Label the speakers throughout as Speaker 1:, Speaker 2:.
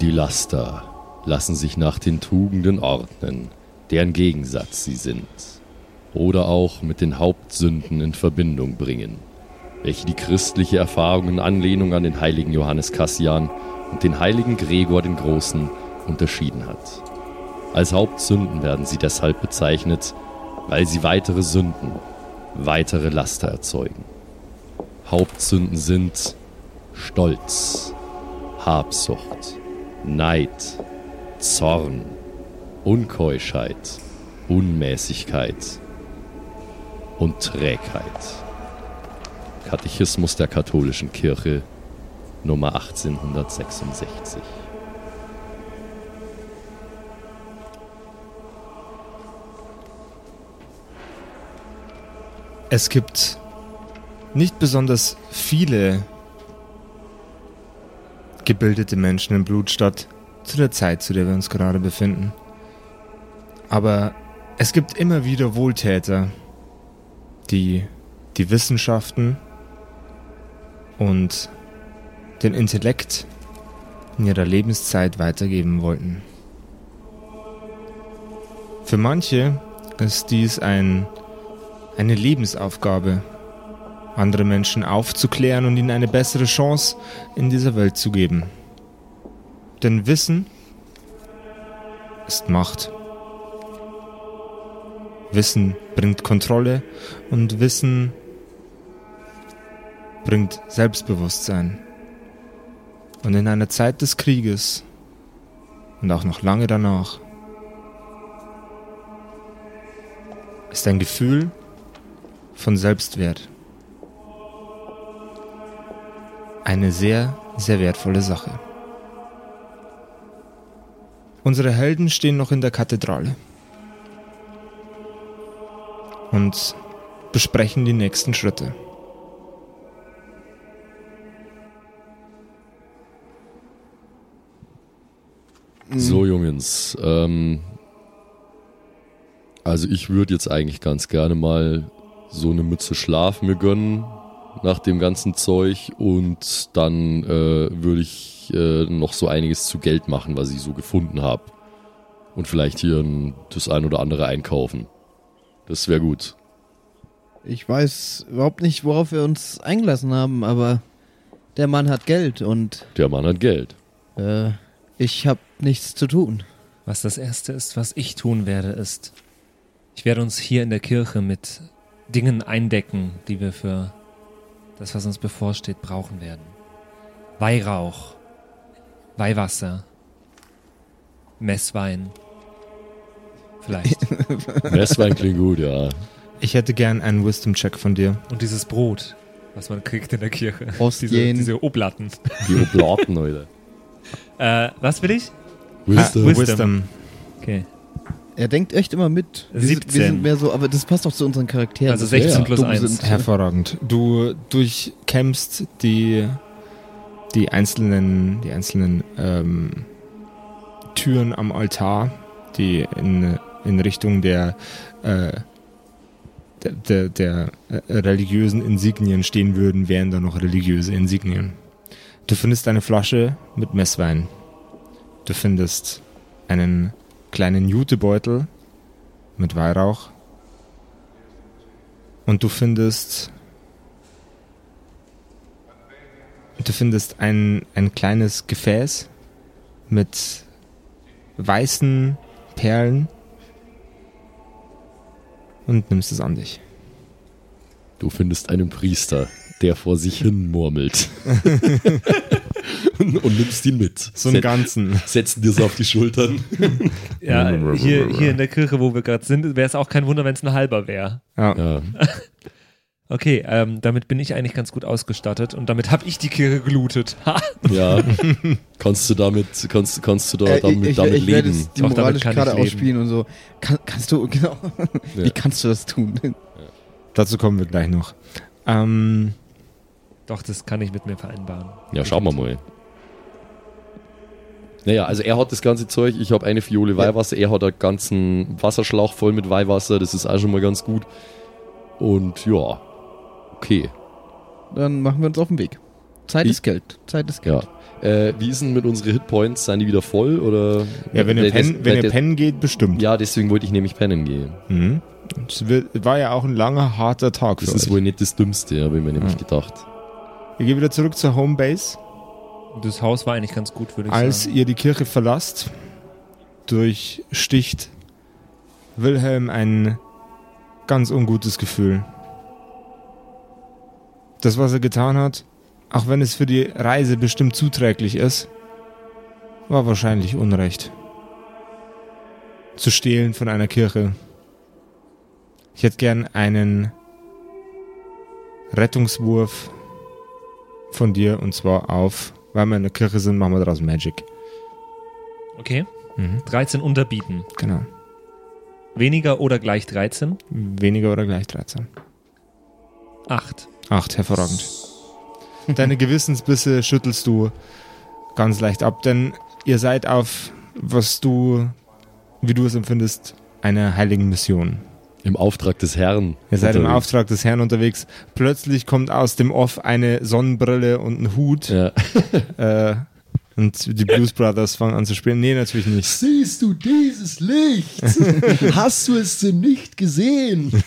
Speaker 1: Die Laster lassen sich nach den Tugenden ordnen, deren Gegensatz sie sind, oder auch mit den Hauptsünden in Verbindung bringen, welche die christliche Erfahrung in Anlehnung an den heiligen Johannes Cassian und den heiligen Gregor den Großen unterschieden hat. Als Hauptsünden werden sie deshalb bezeichnet, weil sie weitere Sünden, weitere Laster erzeugen. Hauptsünden sind Stolz, Habsucht, Neid, Zorn, Unkeuschheit, Unmäßigkeit und Trägheit. Katechismus der katholischen Kirche, Nummer 1866.
Speaker 2: Es gibt nicht besonders viele gebildete Menschen in Blutstadt zu der Zeit, zu der wir uns gerade befinden. Aber es gibt immer wieder Wohltäter, die die Wissenschaften und den Intellekt in ihrer Lebenszeit weitergeben wollten. Für manche ist dies ein, eine Lebensaufgabe, andere Menschen aufzuklären und ihnen eine bessere Chance in dieser Welt zu geben. Denn Wissen ist Macht. Wissen bringt Kontrolle und Wissen bringt Selbstbewusstsein. Und in einer Zeit des Krieges und auch noch lange danach ist ein Gefühl von Selbstwert eine sehr, sehr wertvolle Sache. Unsere Helden stehen noch in der Kathedrale und besprechen die nächsten Schritte.
Speaker 1: So, Jungens. Ähm, also ich würde jetzt eigentlich ganz gerne mal so eine Mütze Schlaf mir gönnen nach dem ganzen Zeug und dann äh, würde ich äh, noch so einiges zu Geld machen, was ich so gefunden habe. Und vielleicht hier ein, das ein oder andere einkaufen. Das wäre gut.
Speaker 3: Ich weiß überhaupt nicht, worauf wir uns eingelassen haben, aber der Mann hat Geld und
Speaker 1: Der Mann hat Geld.
Speaker 3: äh, ich habe nichts zu tun.
Speaker 4: Was das Erste ist, was ich tun werde, ist, ich werde uns hier in der Kirche mit Dingen eindecken, die wir für das, was uns bevorsteht, brauchen werden. Weihrauch, Weihwasser, Messwein, vielleicht.
Speaker 1: Messwein klingt gut, ja.
Speaker 2: Ich hätte gern einen Wisdom-Check von dir.
Speaker 4: Und dieses Brot, was man kriegt in der Kirche. Diese,
Speaker 3: Ostjen,
Speaker 4: diese Oblatten.
Speaker 1: Die Oblaten, Leute.
Speaker 4: Äh, was will ich?
Speaker 1: Wisdom.
Speaker 4: Wisdom. Okay.
Speaker 3: er denkt echt immer mit. Wir sind, wir
Speaker 4: 17.
Speaker 3: sind mehr so, aber das passt doch zu unseren Charakteren.
Speaker 4: Also
Speaker 3: dass wir
Speaker 4: 16
Speaker 3: so
Speaker 4: plus
Speaker 3: dumm
Speaker 4: 1.
Speaker 3: sind.
Speaker 2: Hervorragend. Du durchkämmst die, die einzelnen, die einzelnen ähm, Türen am Altar, die in, in Richtung der, äh, der, der, der äh, religiösen Insignien stehen würden, wären da noch religiöse Insignien. Du findest eine Flasche mit Messwein. Du findest einen kleinen Jutebeutel mit Weihrauch. Und du findest. Du findest ein, ein kleines Gefäß mit weißen Perlen und nimmst es an dich.
Speaker 1: Du findest einen Priester, der vor sich hin murmelt. und, und nimmst ihn mit.
Speaker 2: So einen ganzen.
Speaker 1: setzt dir so auf die Schultern.
Speaker 4: Ja, hier, hier in der Kirche, wo wir gerade sind, wäre es auch kein Wunder, wenn es ein halber wäre.
Speaker 2: Ja.
Speaker 1: Ja.
Speaker 4: Okay, ähm, damit bin ich eigentlich ganz gut ausgestattet und damit habe ich die Kirche gelootet. Ha!
Speaker 1: ja. kannst du damit, kannst, kannst du da,
Speaker 3: Äh,
Speaker 1: damit,
Speaker 3: ich,
Speaker 1: damit
Speaker 3: ich, ich werde
Speaker 1: leben?
Speaker 3: es die
Speaker 4: Doch, damit
Speaker 3: moralisch
Speaker 4: kann ich
Speaker 3: gerade
Speaker 4: leben.
Speaker 3: ausspielen und so. Kann, kannst du, genau.
Speaker 1: Ja.
Speaker 3: Wie kannst du das tun?
Speaker 2: Dazu kommen wir gleich noch. Ähm,
Speaker 4: Doch, das kann ich mit mir vereinbaren.
Speaker 1: Ja, schauen wir mal. Naja, also er hat das ganze Zeug, ich habe eine Fiole Weihwasser, er hat einen ganzen Wasserschlauch voll mit Weihwasser, das ist auch schon mal ganz gut. Und ja, okay.
Speaker 3: Dann machen wir uns auf den Weg. Zeit
Speaker 1: Ich-
Speaker 3: ist Geld. Zeit ist
Speaker 1: Ja.
Speaker 3: Geld.
Speaker 1: Äh, wie ist denn mit unseren Hitpoints? Seien die wieder voll oder?
Speaker 2: Ja, wenn ihr
Speaker 1: Weil das-
Speaker 2: pennen,
Speaker 1: weil
Speaker 2: wenn ihr
Speaker 1: das-
Speaker 2: pennen geht, bestimmt.
Speaker 1: Ja, deswegen wollte ich nämlich pennen gehen.
Speaker 2: Mhm. Es wird, war ja auch ein langer, harter Tag
Speaker 1: Das
Speaker 2: für
Speaker 1: ist
Speaker 2: euch.
Speaker 1: wohl nicht das Dümmste, habe ich mir nämlich
Speaker 2: Ja.
Speaker 1: gedacht.
Speaker 2: Ihr geht wieder zurück zur Homebase.
Speaker 4: Das Haus war eigentlich ganz gut, würde ich
Speaker 2: Als
Speaker 4: sagen.
Speaker 2: ihr die Kirche verlasst, durchsticht Wilhelm ein ganz ungutes Gefühl. Das, was er getan hat, auch wenn es für die Reise bestimmt zuträglich ist, war wahrscheinlich Unrecht. Zu stehlen von einer Kirche. Ich hätte gern einen Rettungswurf von dir und zwar auf, weil wir in der Kirche sind, machen wir daraus Magic.
Speaker 4: Okay. 13 unterbieten.
Speaker 2: Genau.
Speaker 4: Weniger oder gleich 13?
Speaker 2: Weniger oder gleich 13.
Speaker 4: 8.
Speaker 2: Acht, hervorragend. Deine Gewissensbisse schüttelst du ganz leicht ab, denn ihr seid auf, was du, wie du es empfindest, einer heiligen Mission.
Speaker 1: Im Auftrag des Herrn.
Speaker 2: Ihr seid im
Speaker 1: unterwegs.
Speaker 2: Auftrag des Herrn unterwegs. Plötzlich kommt aus dem Off eine Sonnenbrille und ein Hut
Speaker 1: Ja.
Speaker 2: äh, und die Blues Brothers fangen an zu spielen. Nee, natürlich nicht.
Speaker 1: Siehst du dieses Licht? Hast du es denn nicht gesehen?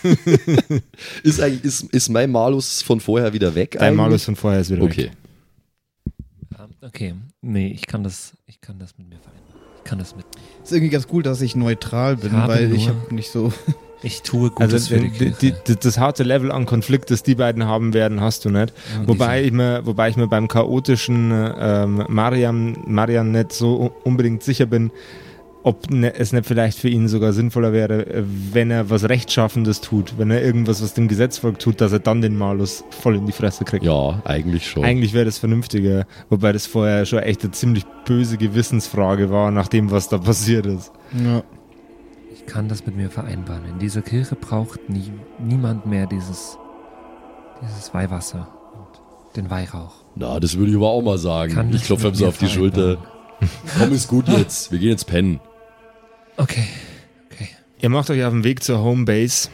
Speaker 1: ist, eigentlich, ist, ist mein Malus von vorher wieder weg?
Speaker 2: Dein
Speaker 1: eigentlich?
Speaker 2: Malus von vorher ist wieder weg.
Speaker 1: Okay.
Speaker 4: Ah, Okay. Nee, ich kann das, ich kann das mit mir vereinbaren. Ich kann das mit.
Speaker 3: Ist irgendwie ganz cool, dass ich neutral bin,
Speaker 4: Ich habe
Speaker 3: weil ich
Speaker 4: nur-
Speaker 3: habe nicht so.
Speaker 4: Ich tue Gutes
Speaker 2: Also
Speaker 4: für die
Speaker 2: wenn die,
Speaker 4: Kirche.
Speaker 2: die, die, das harte Level an Konflikt, das die beiden haben werden, hast du nicht.
Speaker 4: Und
Speaker 2: Wobei
Speaker 4: die
Speaker 2: ich, mir, wobei ich mir beim chaotischen ähm, Marian, Marian nicht so u- unbedingt sicher bin, ob ne, es nicht vielleicht für ihn sogar sinnvoller wäre, äh, wenn er was Rechtschaffendes tut, wenn er irgendwas, was dem Gesetz folgt, tut, dass er dann den Malus voll in die Fresse kriegt.
Speaker 1: Ja, eigentlich schon.
Speaker 2: Eigentlich wäre das vernünftiger, wobei das vorher schon echt eine ziemlich böse Gewissensfrage war, nach dem, was da passiert ist.
Speaker 3: Ja.
Speaker 4: sind- ich kann das mit mir vereinbaren. In dieser Kirche braucht nie, niemand mehr dieses, dieses Weihwasser und den Weihrauch.
Speaker 1: Na, das würde ich aber auch mal
Speaker 4: Ich
Speaker 1: sagen.
Speaker 4: kann
Speaker 1: ich
Speaker 4: das
Speaker 1: klopfe ihm
Speaker 4: mit
Speaker 1: so
Speaker 4: mir
Speaker 1: auf die
Speaker 4: vereinbaren.
Speaker 1: Schulter. Komm, ist gut jetzt. Wir gehen jetzt pennen.
Speaker 4: Okay.
Speaker 2: Ihr macht euch auf den Weg zur Homebase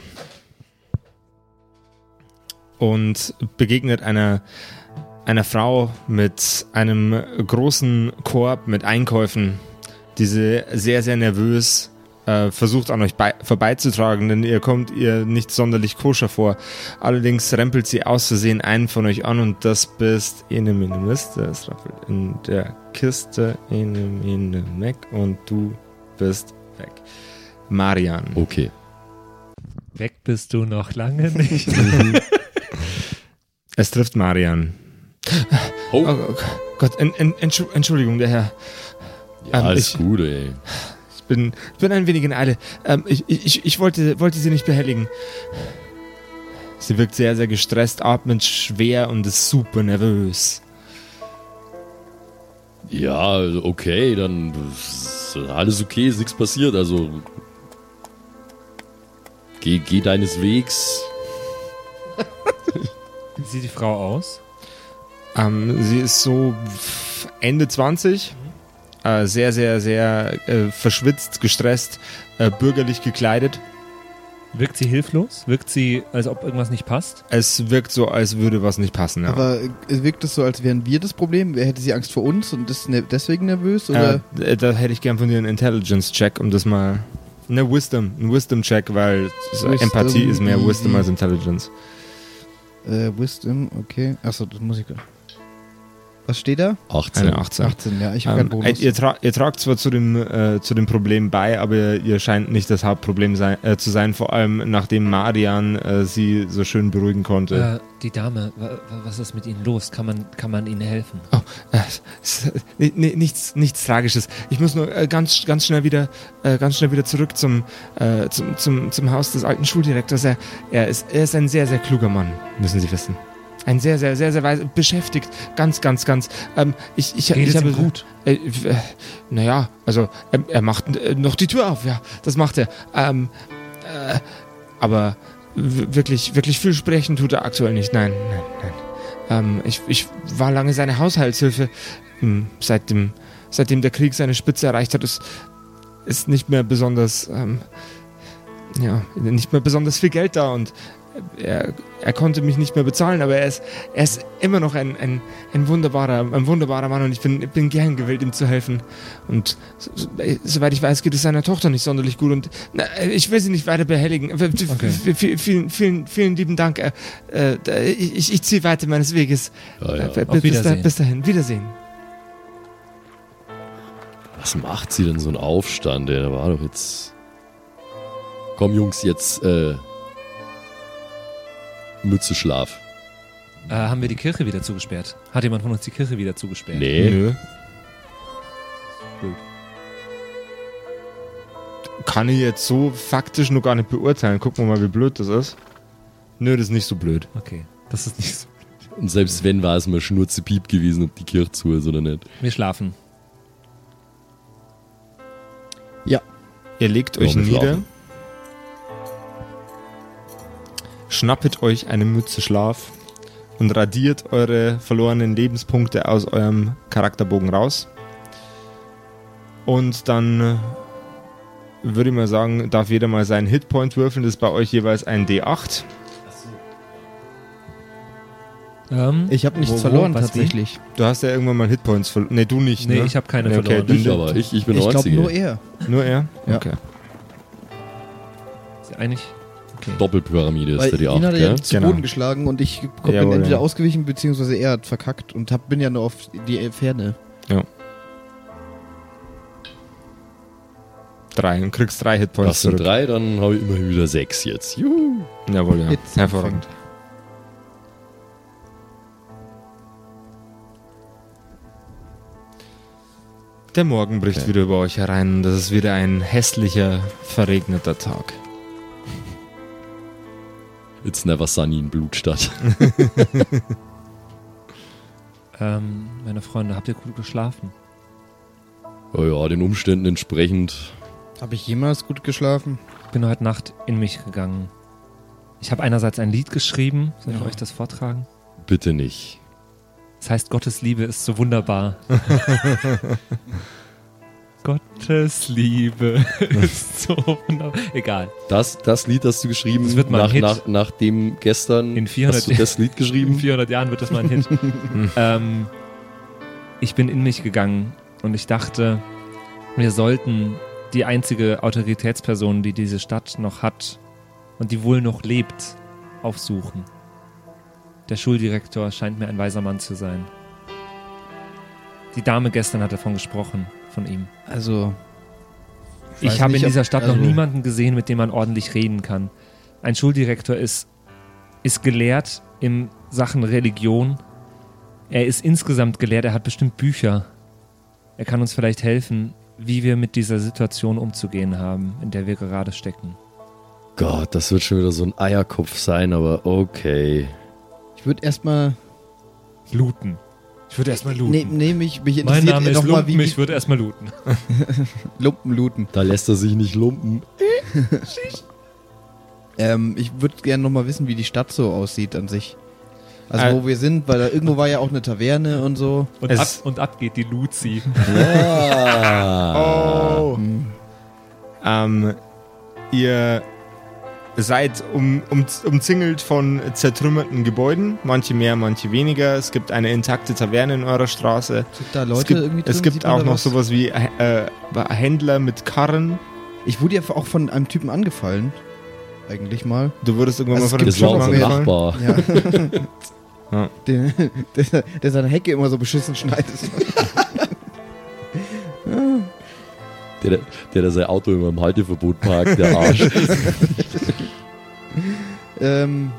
Speaker 2: und begegnet einer, einer Frau mit einem großen Korb mit Einkäufen, die sie sehr, sehr nervös äh, versucht an euch bei, vorbeizutragen, denn ihr kommt ihr nicht sonderlich koscher vor. Allerdings rempelt sie aus Versehen einen von euch an und das bist Eneminimist. Das rappelt in der Kiste Eneminimec und du bist weg. Marian.
Speaker 1: Okay.
Speaker 4: Weg bist du noch lange nicht.
Speaker 2: Es trifft Marian.
Speaker 1: Oh,
Speaker 2: Oh, oh Gott, en, en, Entschu- Entschuldigung, der Herr.
Speaker 1: ja,
Speaker 2: ähm,
Speaker 1: alles
Speaker 2: ich-
Speaker 1: gut, ey.
Speaker 2: Ich bin, ich bin ein wenig in Eile. Ähm, ich ich, ich wollte, wollte Sie nicht behelligen. Sie wirkt sehr, sehr gestresst, atmet schwer und ist super nervös.
Speaker 1: Ja, also, okay, dann ist alles okay, ist nichts passiert. Also geh, geh deines Wegs.
Speaker 4: Wie sieht die Frau aus?
Speaker 2: Ähm, sie ist so Ende 20.
Speaker 1: Mhm.
Speaker 2: Äh, sehr, sehr, sehr äh, verschwitzt, gestresst, äh, bürgerlich gekleidet.
Speaker 4: Wirkt sie hilflos? Wirkt sie, als ob irgendwas nicht passt?
Speaker 2: Es wirkt so, als würde was nicht passen. Ja.
Speaker 3: Aber äh, wirkt es so, als wären wir das Problem? Wer hätte sie Angst vor uns und ist ne deswegen nervös? Oder?
Speaker 2: Äh, da hätte ich gern von dir einen Intelligence-Check, um das mal. Ne, Wisdom. Ein Wisdom-Check, weil so
Speaker 3: Wisdom,
Speaker 2: Empathie ist mehr Wisdom
Speaker 3: easy.
Speaker 2: als Intelligence.
Speaker 3: Äh, Wisdom, okay. Achso, das muss ich. Was steht da?
Speaker 1: 18.
Speaker 2: Eine 18.
Speaker 3: 18, ja, ich habe keinen
Speaker 2: Ähm,
Speaker 3: Bonus.
Speaker 2: ihr, tra ihr tragt zwar zu dem, äh, zu dem Problem bei, aber ihr scheint nicht das Hauptproblem sein, äh, zu sein, vor allem nachdem Marian äh, sie so schön beruhigen konnte.
Speaker 4: Äh, die Dame, wa- wa- was ist mit ihnen los? Kann man, kann man ihnen helfen?
Speaker 2: Äh, s- ni- ni- nichts, nichts Tragisches. Ich muss nur äh, ganz, ganz schnell wieder, äh, ganz schnell wieder zurück zum, äh, zum, zum, zum Haus des alten Schuldirektors. Er, er, ist, er ist ein sehr, sehr kluger Mann, müssen Sie wissen. Ein sehr, sehr, sehr, sehr weise, beschäftigt, ganz, ganz, ganz. Ähm, ich, ich,
Speaker 4: Geht
Speaker 2: ich
Speaker 4: es ihm
Speaker 2: habe
Speaker 4: gut?
Speaker 2: Äh, w- äh, naja, also er, er macht äh, noch die Tür auf, ja, das macht er. Ähm, äh, aber w- wirklich, wirklich viel sprechen tut er aktuell nicht. Nein, nein, nein. Ähm, ich, ich war lange seine Haushaltshilfe. Hm, Seitdem, seitdem der Krieg seine Spitze erreicht hat, ist, ist nicht mehr besonders, ähm, ja, nicht mehr besonders viel Geld da und er, er konnte mich nicht mehr bezahlen, aber er ist, er ist immer noch ein, ein, ein, wunderbarer, ein wunderbarer Mann und ich bin, ich bin gern gewillt, ihm zu helfen. Und so, so, äh, soweit ich weiß, geht es seiner Tochter nicht sonderlich gut und na, ich will sie nicht weiter behelligen. V- v- Vielen, vielen, vielen lieben Dank. Äh, äh, Ich, ich ziehe weiter meines Weges.
Speaker 1: Ja,
Speaker 2: Äh,
Speaker 1: ja.
Speaker 2: b- Bis, da,
Speaker 4: Wiedersehen.
Speaker 2: bis dahin. Wiedersehen.
Speaker 1: Was macht sie denn so ein Aufstand? ey? Der war doch jetzt. Komm, Jungs, jetzt äh, Mütze Schlaf.
Speaker 4: Äh, haben wir die Kirche wieder zugesperrt? Hat jemand von uns die Kirche wieder zugesperrt?
Speaker 1: Nee,
Speaker 2: Nö. Kann ich jetzt so faktisch noch gar nicht beurteilen. Gucken wir mal, wie blöd das ist. Nö, das ist nicht so blöd.
Speaker 4: Okay, das ist nicht so.
Speaker 1: und selbst wenn war es mal Schnurzepiep gewesen, ob die Kirche zu ist oder nicht.
Speaker 4: Wir schlafen.
Speaker 2: Ihr legt
Speaker 1: Ja,
Speaker 2: euch
Speaker 1: wir
Speaker 2: nieder.
Speaker 1: schlafen.
Speaker 2: Schnappet euch eine Mütze Schlaf und radiert eure verlorenen Lebenspunkte aus eurem Charakterbogen raus. Und dann äh, würde ich mal sagen, darf jeder mal seinen Hitpoint würfeln. Das ist bei euch jeweils ein D8.
Speaker 4: Ähm,
Speaker 3: Ich habe nichts
Speaker 4: Wo- wo-
Speaker 3: verloren
Speaker 4: was wie?
Speaker 3: tatsächlich.
Speaker 2: Du hast ja irgendwann mal Hitpoints verloren. Ne, du nicht.
Speaker 4: nee,
Speaker 2: ne?
Speaker 4: ich habe keine
Speaker 2: Nee, okay,
Speaker 4: verloren.
Speaker 2: dann-
Speaker 1: Ich aber, ich, ich bin
Speaker 3: Ich glaube
Speaker 1: 90.
Speaker 3: nur er.
Speaker 2: Nur er?
Speaker 3: Ja.
Speaker 2: Okay.
Speaker 4: Ist ihr einig?
Speaker 1: Doppelpyramide ist
Speaker 3: Weil
Speaker 1: da die
Speaker 3: ihn
Speaker 1: Acht,
Speaker 3: hat er ja
Speaker 1: gell?
Speaker 3: zu
Speaker 2: Genau.
Speaker 3: Boden geschlagen und ich bin
Speaker 2: Jawohl,
Speaker 3: entweder
Speaker 2: ja.
Speaker 3: ausgewichen, beziehungsweise er hat verkackt und hab, bin ja nur auf die Ferne.
Speaker 2: Drei. Und kriegst drei Hitpoints
Speaker 1: Das sind
Speaker 2: zurück.
Speaker 1: drei, dann habe ich immerhin wieder sechs jetzt. Juhu.
Speaker 2: Jawohl, ja.
Speaker 3: Jetzt
Speaker 2: Hervorragend. Der Morgen bricht wieder über euch herein. Das ist wieder ein hässlicher, verregneter Tag.
Speaker 1: It's never sunny in Blutstadt.
Speaker 4: Ähm, meine Freunde, habt ihr gut geschlafen?
Speaker 1: Oh ja, den Umständen entsprechend.
Speaker 3: Habe ich jemals gut geschlafen?
Speaker 4: Ich bin heute Nacht in mich gegangen. Ich habe einerseits ein Lied geschrieben. Soll ich
Speaker 3: Ja.
Speaker 4: euch das vortragen?
Speaker 1: Bitte nicht.
Speaker 4: Das heißt, Gottes Liebe ist so wunderbar. Gottes Liebe ist so wunderbar. Egal.
Speaker 1: Das, das Lied, das du geschrieben
Speaker 4: Das wird mal ein
Speaker 1: nach,
Speaker 4: Hit.
Speaker 1: nach, nachdem gestern
Speaker 4: In 400
Speaker 1: hast du das Lied
Speaker 4: In
Speaker 1: geschrieben.
Speaker 4: 400 Jahren wird das mal ein Hit. ähm, ich bin in mich gegangen und ich dachte, wir sollten die einzige Autoritätsperson, die diese Stadt noch hat und die wohl noch lebt, aufsuchen. Der Schuldirektor scheint mir ein weiser Mann zu sein. Die Dame gestern hat davon gesprochen, von ihm.
Speaker 3: Also,
Speaker 4: Ich,
Speaker 3: weiß
Speaker 4: habe
Speaker 3: nicht,
Speaker 4: in
Speaker 3: ob-
Speaker 4: dieser Stadt noch
Speaker 3: also-
Speaker 4: niemanden gesehen, mit dem man ordentlich reden kann. Ein Schuldirektor ist, ist gelehrt in Sachen Religion. Er ist insgesamt gelehrt, er hat bestimmt Bücher. Er kann uns vielleicht helfen, wie wir mit dieser Situation umzugehen haben, in der wir gerade stecken.
Speaker 1: Gott, das wird schon wieder so ein Eierkopf sein, aber okay.
Speaker 3: ich würde erstmal.
Speaker 4: Looten. Ich würde erstmal
Speaker 3: Nee, nee, mich, mich
Speaker 4: mein
Speaker 3: interessiert
Speaker 4: Name
Speaker 3: eh
Speaker 4: ist
Speaker 3: noch mal,
Speaker 4: Lumpen,
Speaker 3: wie
Speaker 4: ich würde erstmal looten.
Speaker 3: Lumpen looten.
Speaker 1: Da lässt er sich nicht lumpen.
Speaker 3: Ähm, ich würde gerne noch mal wissen, wie die Stadt so aussieht an sich. Also,
Speaker 2: Äh,
Speaker 3: wo wir sind, weil da irgendwo war ja auch eine Taverne und so.
Speaker 4: Und,
Speaker 2: Es-
Speaker 4: ab, und ab geht die Luzi.
Speaker 1: Ah,
Speaker 2: Oh. Ähm, ihr seid um, um, umzingelt von zertrümmerten Gebäuden. Manche mehr, manche weniger. Es gibt eine intakte Taverne in eurer Straße.
Speaker 3: Sind da
Speaker 2: es
Speaker 3: Leute
Speaker 2: gibt,
Speaker 3: irgendwie drin?
Speaker 2: es gibt
Speaker 3: Sieht man
Speaker 2: auch
Speaker 3: da
Speaker 2: noch
Speaker 3: was?
Speaker 2: sowas wie äh, Händler mit Karren.
Speaker 3: Ich wurde ja auch von einem Typen angefallen. Eigentlich mal.
Speaker 2: Du wurdest irgendwann
Speaker 3: Also
Speaker 2: mal
Speaker 3: es
Speaker 2: von einem
Speaker 1: Das war unser
Speaker 2: Typen
Speaker 3: schon mal mehr.
Speaker 2: angefallen.
Speaker 1: Nachbar.
Speaker 3: Ja.
Speaker 2: Ja.
Speaker 3: Der, der, der seine Hecke immer so beschissen schneidet.
Speaker 1: Der, der da sein Auto immer im Halteverbot parkt, der Arsch.
Speaker 3: ähm,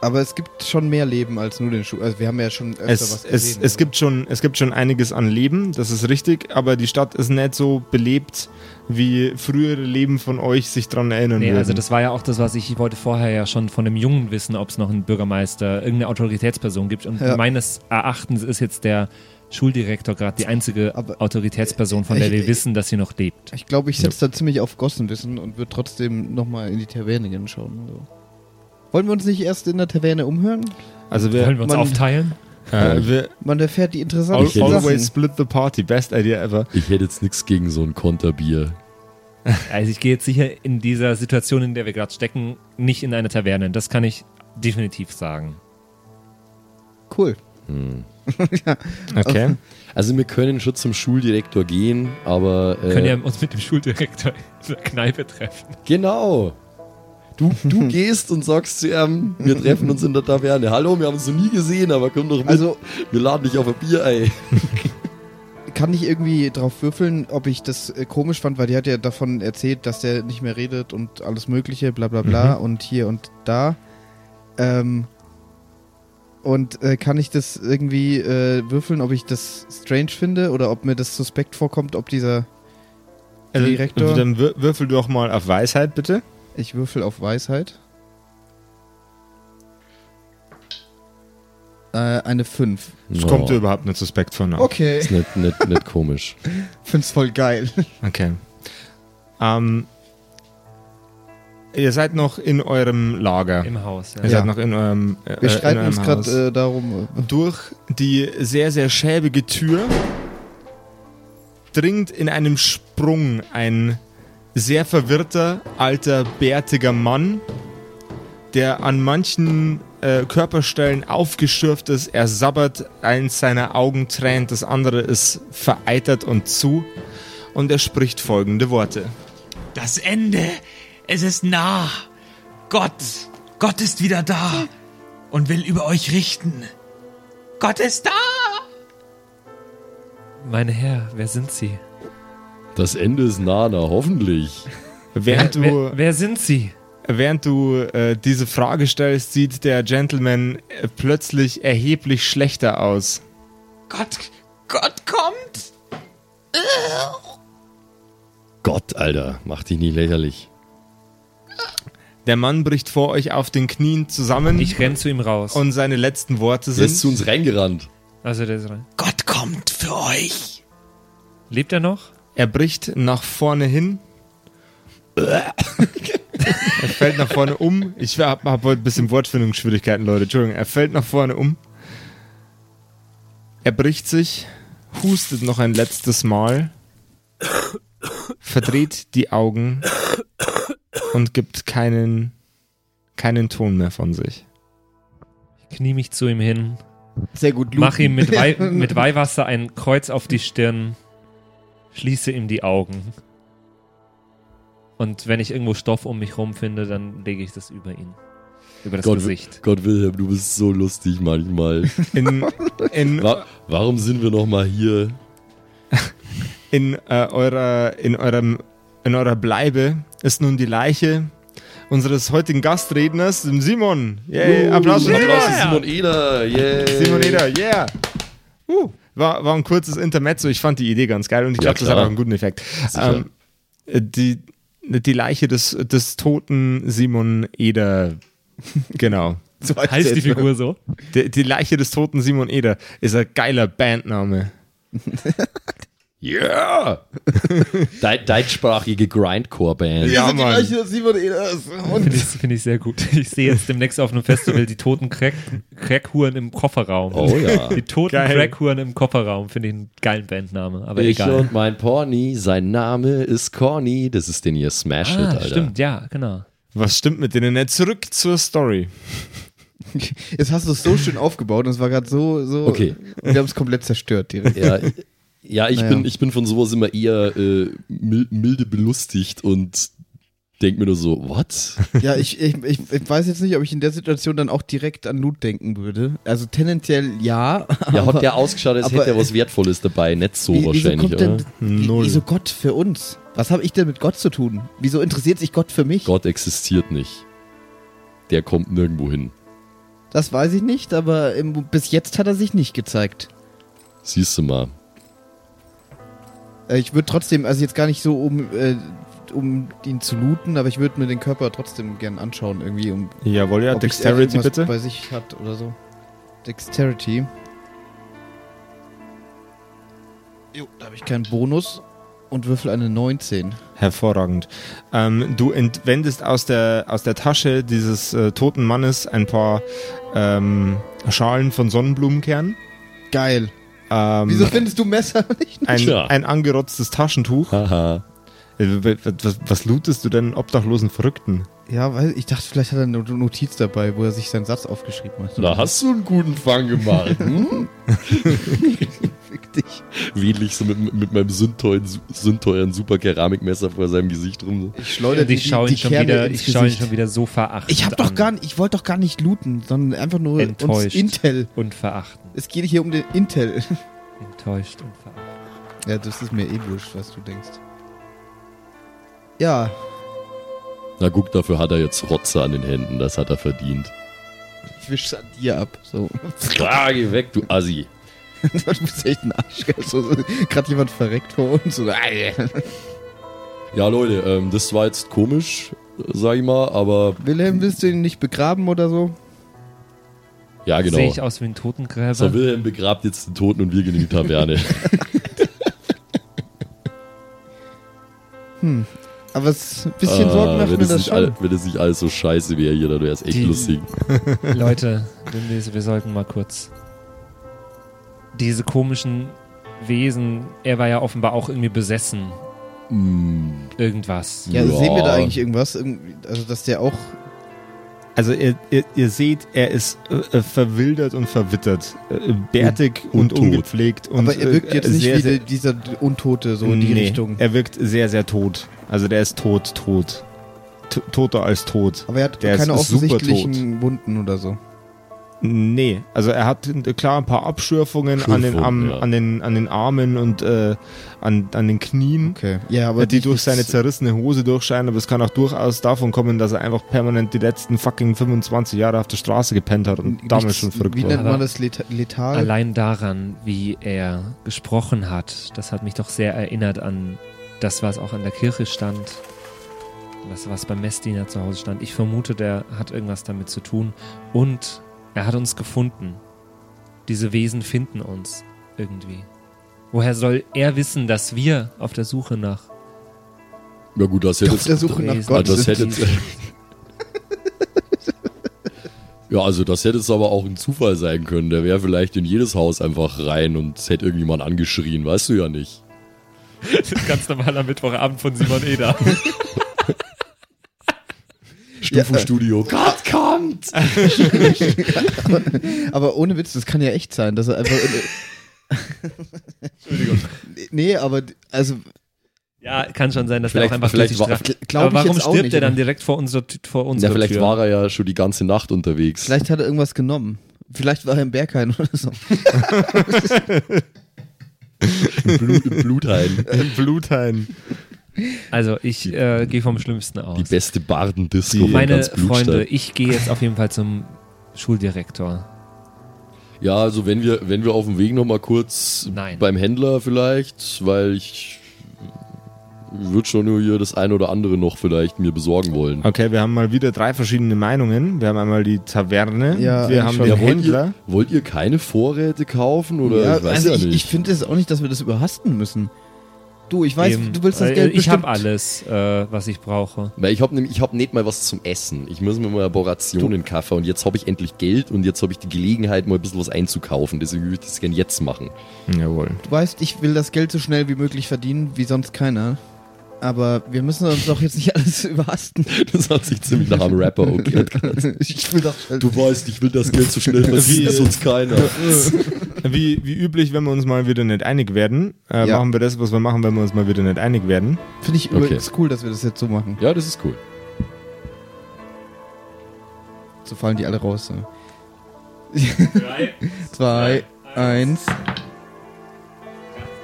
Speaker 3: aber es gibt schon mehr Leben als nur den Schuh. Also wir haben ja schon öfter was
Speaker 2: Es, es,
Speaker 3: gesehen.
Speaker 2: es, gibt schon, es gibt schon einiges an Leben, das ist richtig, aber die Stadt ist nicht so belebt, wie frühere Leben von euch sich dran erinnern
Speaker 4: Nee,
Speaker 2: würden.
Speaker 4: also das war ja auch das, was ich, ich wollte vorher ja schon von einem Jungen wissen, ob es noch einen Bürgermeister, irgendeine Autoritätsperson gibt. Und
Speaker 3: Ja.
Speaker 4: meines Erachtens ist jetzt der Schuldirektor gerade die einzige
Speaker 3: Aber-
Speaker 4: Autoritätsperson, von der
Speaker 3: Ich-
Speaker 4: wir wissen, dass sie noch lebt.
Speaker 3: ich glaube, ich setze da ziemlich auf Gossenwissen und würde trotzdem nochmal in die Taverne gehen schauen. So. Wollen wir uns nicht erst in der Taverne umhören?
Speaker 2: also wir,
Speaker 4: Wollen wir uns
Speaker 3: man-
Speaker 4: aufteilen?
Speaker 2: äh, wir
Speaker 3: Man erfährt die
Speaker 2: al
Speaker 3: interessanten
Speaker 1: Ich hätte-
Speaker 2: always
Speaker 3: Sachen.
Speaker 2: split the party, best idea ever.
Speaker 1: Ich hätte jetzt nichts gegen so ein Konterbier.
Speaker 4: Also ich gehe jetzt sicher in dieser Situation, in der wir gerade stecken, nicht in eine Taverne. Das kann ich definitiv sagen.
Speaker 3: Cool.
Speaker 2: Okay.
Speaker 1: Also wir können schon zum Schuldirektor gehen, aber... Äh,
Speaker 4: Wir können ja uns mit dem Schuldirektor in der Kneipe treffen.
Speaker 1: Genau. Du, du gehst und sagst zu ihm, wir treffen uns in der Taverne. Hallo, wir haben uns noch nie gesehen, aber komm doch mit.
Speaker 3: Also
Speaker 1: wir laden dich auf ein Bier ein.
Speaker 3: kann ich irgendwie drauf würfeln, ob ich das äh, komisch fand, weil die hat ja davon erzählt, dass der nicht mehr redet und alles Mögliche, bla bla bla und hier und da. Ähm, und äh, kann ich das irgendwie äh, würfeln, ob ich das strange finde oder ob mir das suspekt vorkommt, ob dieser Direktor.
Speaker 2: Also, äh, Dann wür- würfel doch mal auf Weisheit, bitte.
Speaker 3: Ich würfel auf Weisheit. Äh, eine 5.
Speaker 2: Es kommt dir überhaupt nicht suspekt von.
Speaker 3: Okay.
Speaker 1: Ist nicht, nicht, nicht komisch.
Speaker 3: Find's voll geil.
Speaker 2: Okay. Ähm, ihr seid noch in eurem Lager.
Speaker 4: Im Haus. Ja.
Speaker 2: Ihr
Speaker 3: Ja.
Speaker 2: seid noch in eurem äh,
Speaker 3: Wir
Speaker 2: in
Speaker 3: streiten
Speaker 2: eurem
Speaker 3: uns
Speaker 2: Haus.
Speaker 3: gerade äh, darum.
Speaker 2: durch die sehr, sehr schäbige Tür dringt in einem Sprung ein sehr verwirrter, alter, bärtiger Mann, der an manchen äh, Körperstellen aufgeschürft ist. Er sabbert, eins seiner Augen tränt, das andere ist vereitert und zu. Und er spricht folgende Worte.
Speaker 5: Das Ende, es ist nah. Gott, Gott ist wieder da und will über euch richten. Gott ist da!
Speaker 4: Mein Herr, wer sind Sie?
Speaker 1: Das Ende ist nah, na, hoffentlich.
Speaker 2: Während
Speaker 4: wer,
Speaker 2: du,
Speaker 4: wer, wer sind Sie?
Speaker 2: Während du äh, diese Frage stellst, sieht der Gentleman äh, plötzlich erheblich schlechter aus.
Speaker 5: Gott, Gott kommt!
Speaker 1: Gott, Alter, mach dich nicht lächerlich.
Speaker 2: Der Mann bricht vor euch auf den Knien zusammen
Speaker 4: Ich renn zu ihm raus.
Speaker 2: und seine letzten Worte
Speaker 1: Der ist zu
Speaker 2: sind:
Speaker 1: uns reingerannt.
Speaker 4: also der ist rein.
Speaker 5: Gott kommt für euch!
Speaker 4: Lebt er noch?
Speaker 2: Er bricht nach vorne hin. er fällt nach vorne um. Ich habe hab heute ein bisschen Wortfindungsschwierigkeiten, Leute. Entschuldigung. Er fällt nach vorne um. Er bricht sich, hustet noch ein letztes Mal, verdreht die Augen und gibt keinen, keinen Ton mehr von sich.
Speaker 4: Ich knie mich zu ihm hin.
Speaker 3: Sehr gut,
Speaker 4: Mach ihm mit, Weih, mit Weihwasser ein Kreuz auf die Stirn, schließe ihm die Augen. Und wenn ich irgendwo Stoff um mich rum finde, dann lege ich das über ihn. Über das
Speaker 1: Gott,
Speaker 4: Gesicht.
Speaker 1: Gott Wilhelm, du bist so lustig manchmal.
Speaker 2: In, in
Speaker 1: Wa warum sind wir nochmal hier?
Speaker 2: In, äh, eurer, in, eurem, in eurer Bleibe ist nun die Leiche unseres heutigen Gastredners, dem Simon. Yay, Applaus für
Speaker 1: Uh, Applaus
Speaker 2: Simon.
Speaker 1: für Simon Eder. Yeah.
Speaker 2: Simon Eder, yeah. Uh, war, war ein kurzes Intermezzo. Ich fand die Idee ganz geil und ich
Speaker 1: Ja,
Speaker 2: glaube, das hat
Speaker 1: klar.
Speaker 2: auch einen guten Effekt.
Speaker 1: Sicher.
Speaker 2: Ähm, die, die Leiche des, des toten Simon Eder. Genau.
Speaker 4: Heißt die Figur so?
Speaker 2: Die, die Leiche des toten Simon Eder ist ein geiler Bandname.
Speaker 1: Yeah. De deutschsprachige Grindcore-Band.
Speaker 2: Ja, Mann.
Speaker 3: Simon Eders.
Speaker 4: Finde ich,
Speaker 3: Und
Speaker 4: finde ich sehr gut. Ich sehe jetzt demnächst auf einem Festival die toten Crack- Crackhuren im Kofferraum.
Speaker 1: Oh ja.
Speaker 4: Die toten
Speaker 2: Geil.
Speaker 4: Crackhuren im Kofferraum finde ich einen geilen Bandname, aber
Speaker 1: Ich
Speaker 4: egal.
Speaker 1: und mein Pony, sein Name ist Corny. Das ist den ihr Smash-Hit,
Speaker 4: Ah,
Speaker 1: Alter.
Speaker 4: stimmt, ja, genau.
Speaker 2: Was stimmt mit denen? nicht? Zurück zur Story.
Speaker 3: jetzt hast du es so schön aufgebaut und es war gerade so, so.
Speaker 1: Okay.
Speaker 3: Wir haben es komplett zerstört direkt.
Speaker 1: Ja, ja ich,
Speaker 3: Naja.
Speaker 1: bin, ich bin von sowas immer eher äh, mil- milde belustigt und denk mir nur so, what?
Speaker 3: Ja, ich, ich, ich, ich weiß jetzt nicht, ob ich in der Situation dann auch direkt an Loot denken würde. Also tendenziell ja.
Speaker 1: Ja,
Speaker 3: aber
Speaker 1: hat der ausgeschaut, als
Speaker 3: aber-
Speaker 1: hätte er was Wertvolles dabei. Nicht so
Speaker 3: wie, wieso
Speaker 1: wahrscheinlich,
Speaker 3: kommt
Speaker 1: oder?
Speaker 3: denn wie,
Speaker 2: Null.
Speaker 3: wieso Gott für uns? Was habe ich denn mit Gott zu tun? Wieso interessiert sich Gott für mich?
Speaker 1: Gott existiert nicht. Der kommt nirgendwo hin.
Speaker 3: Das weiß ich nicht, aber im, bis jetzt hat er sich nicht gezeigt.
Speaker 1: Siehst du mal.
Speaker 3: Äh, ich würde trotzdem, also jetzt gar nicht so um, äh, um ihn zu looten, aber ich würde mir den Körper trotzdem gern anschauen irgendwie, um
Speaker 2: Jawohl, ja,
Speaker 3: ob ich
Speaker 2: Dexterity
Speaker 3: irgendwas
Speaker 2: bitte.
Speaker 3: bei sich hat oder so. Dexterity. Jo, da habe ich keinen Bonus und würfel eine 19.
Speaker 2: Hervorragend. Ähm, du entwendest aus der, aus der Tasche dieses äh, toten Mannes ein paar ähm, Schalen von Sonnenblumenkern.
Speaker 3: Geil.
Speaker 2: Ähm,
Speaker 3: Wieso findest du Messer nicht?
Speaker 2: ein,
Speaker 1: Tja.
Speaker 2: ein angerotztes Taschentuch.
Speaker 1: Haha.
Speaker 2: Also, wa- wa- Was, was lootest du denn obdachlosen Verrückten?
Speaker 3: Ja, weil ich dachte, vielleicht hat er eine Notiz dabei, wo er sich seinen Satz aufgeschrieben hat.
Speaker 1: Da hast du einen guten Fang gemacht. Hm?
Speaker 3: Fick dich.
Speaker 1: Wedlich so mit, mit meinem sündteuren, sündteuren super Keramikmesser vor seinem Gesicht rum.
Speaker 3: Ich schleudere
Speaker 4: Und ich schaue ihn, schon wieder- ich schaue ihn schon wieder so verachtend
Speaker 3: Ich hab doch
Speaker 4: an
Speaker 3: gar nicht, ich wollte doch gar nicht looten, sondern einfach nur uns
Speaker 4: Enttäuscht.
Speaker 3: Intel.
Speaker 4: Und verachtend.
Speaker 3: Es geht hier um den Intel.
Speaker 4: Enttäuscht und verachtend.
Speaker 3: Ja, das ist mir eh wurscht, was du denkst. Ja,
Speaker 1: Na guck, dafür hat er jetzt Rotze an den Händen. Das hat er verdient.
Speaker 3: ich wisch's an dir ab. So.
Speaker 1: Ah, geh weg, du Assi.
Speaker 3: du bist echt ein Arsch. gell? So, so, Gerade jemand verreckt vor uns. So, ah, ja.
Speaker 1: Ja, Leute, ähm, das war jetzt komisch, äh, sag ich mal, aber
Speaker 3: Wilhelm, willst du ihn nicht begraben oder so?
Speaker 1: ja, genau.
Speaker 4: Sehe ich aus wie ein Totengräber?
Speaker 1: So, Wilhelm begrabt jetzt den Toten und wir gehen in die Taverne.
Speaker 3: Aber es, ein bisschen
Speaker 2: Äh,
Speaker 1: Ah,
Speaker 3: Sorgen macht
Speaker 1: wenn
Speaker 3: mir
Speaker 1: es
Speaker 3: das
Speaker 1: nicht
Speaker 3: schon.
Speaker 1: all- Wenn es nicht alles so scheiße wäre hier, dann wäre es echt
Speaker 4: Die-
Speaker 1: lustig.
Speaker 4: Leute, wir, wir sollten mal kurz diese komischen Wesen, er war ja offenbar auch irgendwie besessen,
Speaker 1: Mm,
Speaker 4: irgendwas.
Speaker 3: Ja,
Speaker 1: Ja.
Speaker 3: sehen wir da eigentlich irgendwas? Irgendwie- Also, dass der auch.
Speaker 2: Also ihr, ihr, ihr seht, er ist äh, äh, verwildert und verwittert, äh, bärtig und,
Speaker 1: tot.
Speaker 2: ungepflegt. Und,
Speaker 3: aber er wirkt
Speaker 2: äh,
Speaker 3: jetzt nicht
Speaker 2: sehr,
Speaker 3: wie
Speaker 2: sehr,
Speaker 3: die- dieser Untote, so in die
Speaker 2: Nee,
Speaker 3: Richtung.
Speaker 2: Er wirkt sehr, sehr tot. Also der ist tot, tot. T toter als tot.
Speaker 3: Aber er hat
Speaker 2: Der ist-
Speaker 3: keine
Speaker 2: ist super
Speaker 3: offensichtlichen Wunden oder so.
Speaker 2: Nee, also er hat äh, klar ein paar Abschürfungen an, den,
Speaker 1: Schürfwunden,
Speaker 2: am,
Speaker 1: ja.
Speaker 2: an, den, an den Armen und äh, an, an den Knien. äh,
Speaker 3: Okay. Ja, aber
Speaker 2: die durch seine
Speaker 3: Zeit.
Speaker 2: zerrissene Hose durchscheinen, aber es kann auch durchaus davon kommen, dass er einfach permanent die letzten fucking 25 Jahre auf der Straße gepennt hat und damals schon verrückt
Speaker 3: Wie
Speaker 2: war.
Speaker 3: nennt man
Speaker 4: Aber-
Speaker 3: das? Leta- Letal?
Speaker 4: Allein daran, wie er gesprochen hat, das hat mich doch sehr erinnert an das, was auch an der Kirche stand, das, was beim Messdiener zu Hause stand. Ich vermute, der hat irgendwas damit zu tun. Und er hat uns gefunden. Diese Wesen finden uns irgendwie. Woher soll er wissen, dass wir auf der Suche nach
Speaker 1: ja gut, das
Speaker 3: Auf der
Speaker 1: hätte
Speaker 3: Suche nach
Speaker 4: Wesen
Speaker 3: Gott.
Speaker 1: das
Speaker 3: sind.
Speaker 1: hätte jetzt, ja, also das hätte jetzt aber auch ein Zufall sein können. Der wäre vielleicht in jedes Haus einfach rein und es hätte irgendjemand angeschrien, weißt du ja nicht.
Speaker 4: Ganz normaler Mittwochabend von Simon Eder.
Speaker 1: Stufenstudio. Gott kommt!
Speaker 3: Aber ohne Witz, das kann ja echt sein, dass er einfach. Entschuldigung. Nee, aber d- also
Speaker 4: Ja, kann schon sein, dass
Speaker 1: Vielleicht-
Speaker 4: der auch einfach
Speaker 1: vielleicht
Speaker 4: durch die
Speaker 1: war-
Speaker 4: Straße-
Speaker 3: gl- glaub
Speaker 4: Aber
Speaker 3: ich
Speaker 4: warum
Speaker 3: jetzt auch
Speaker 4: stirbt
Speaker 3: nicht,
Speaker 4: er dann
Speaker 3: aber-
Speaker 4: direkt vor unserer, Tü- vor
Speaker 1: Ja,
Speaker 4: unserer
Speaker 1: vielleicht
Speaker 4: Tür?
Speaker 1: war er ja schon die ganze Nacht unterwegs.
Speaker 3: vielleicht hat er irgendwas genommen. Vielleicht war er im Berghain oder so.
Speaker 1: Im Blut, im Blutheim.
Speaker 2: Bluthain.
Speaker 4: also ich äh, gehe vom Schlimmsten aus.
Speaker 1: Die beste Bardendisco von
Speaker 4: Meine
Speaker 1: ganz Blutstein.
Speaker 4: Freunde, ich gehe jetzt auf jeden Fall zum Schuldirektor.
Speaker 1: Ja, also wenn wir, wenn wir auf dem Weg nochmal kurz
Speaker 4: Nein.
Speaker 1: beim Händler vielleicht, weil ich würde schon nur hier das ein oder andere noch vielleicht mir besorgen wollen.
Speaker 2: Okay, wir haben mal wieder drei verschiedene Meinungen. Wir haben einmal die Taverne,
Speaker 3: Ja,
Speaker 2: wir haben
Speaker 3: schon.
Speaker 2: den
Speaker 1: Ja, wollt,
Speaker 2: Händler.
Speaker 1: ihr, wollt ihr keine Vorräte kaufen oder
Speaker 3: ja,
Speaker 1: ich weiß
Speaker 3: also
Speaker 1: ja
Speaker 3: ich,
Speaker 1: nicht.
Speaker 3: ich finde es auch nicht, dass wir das überhasten müssen. Du, ich weiß,
Speaker 4: Eben.
Speaker 3: du willst das
Speaker 4: Äh,
Speaker 3: Geld
Speaker 4: Ich
Speaker 3: bestimmt-
Speaker 4: habe alles, äh, was ich brauche.
Speaker 1: weil ich habe ich hab nicht mal was zum Essen. Ich muss mir mal eine Rationen kaufen und jetzt habe ich endlich Geld und jetzt habe ich die Gelegenheit, mal ein bisschen was einzukaufen. Deswegen würde ich das gerne jetzt machen.
Speaker 2: Jawohl.
Speaker 3: Du weißt, ich will das Geld so schnell wie möglich verdienen, wie sonst keiner. Aber wir müssen uns doch jetzt nicht alles überhasten.
Speaker 1: Das hat sich ziemlich nach einem Rapper okay.
Speaker 3: ich will doch.
Speaker 1: Du weißt, ich will das Geld so schnell, das
Speaker 2: Wie-
Speaker 1: ist uns keiner.
Speaker 2: Wie, wie üblich, wenn wir uns mal wieder nicht einig werden, äh,
Speaker 3: Ja.
Speaker 2: machen wir das, was wir machen, wenn wir uns mal wieder nicht einig werden.
Speaker 3: Finde ich
Speaker 1: Okay.
Speaker 3: übrigens cool, dass wir das jetzt so machen.
Speaker 1: Ja, das ist cool.
Speaker 3: So fallen die alle raus. Ne? Zwei, eins.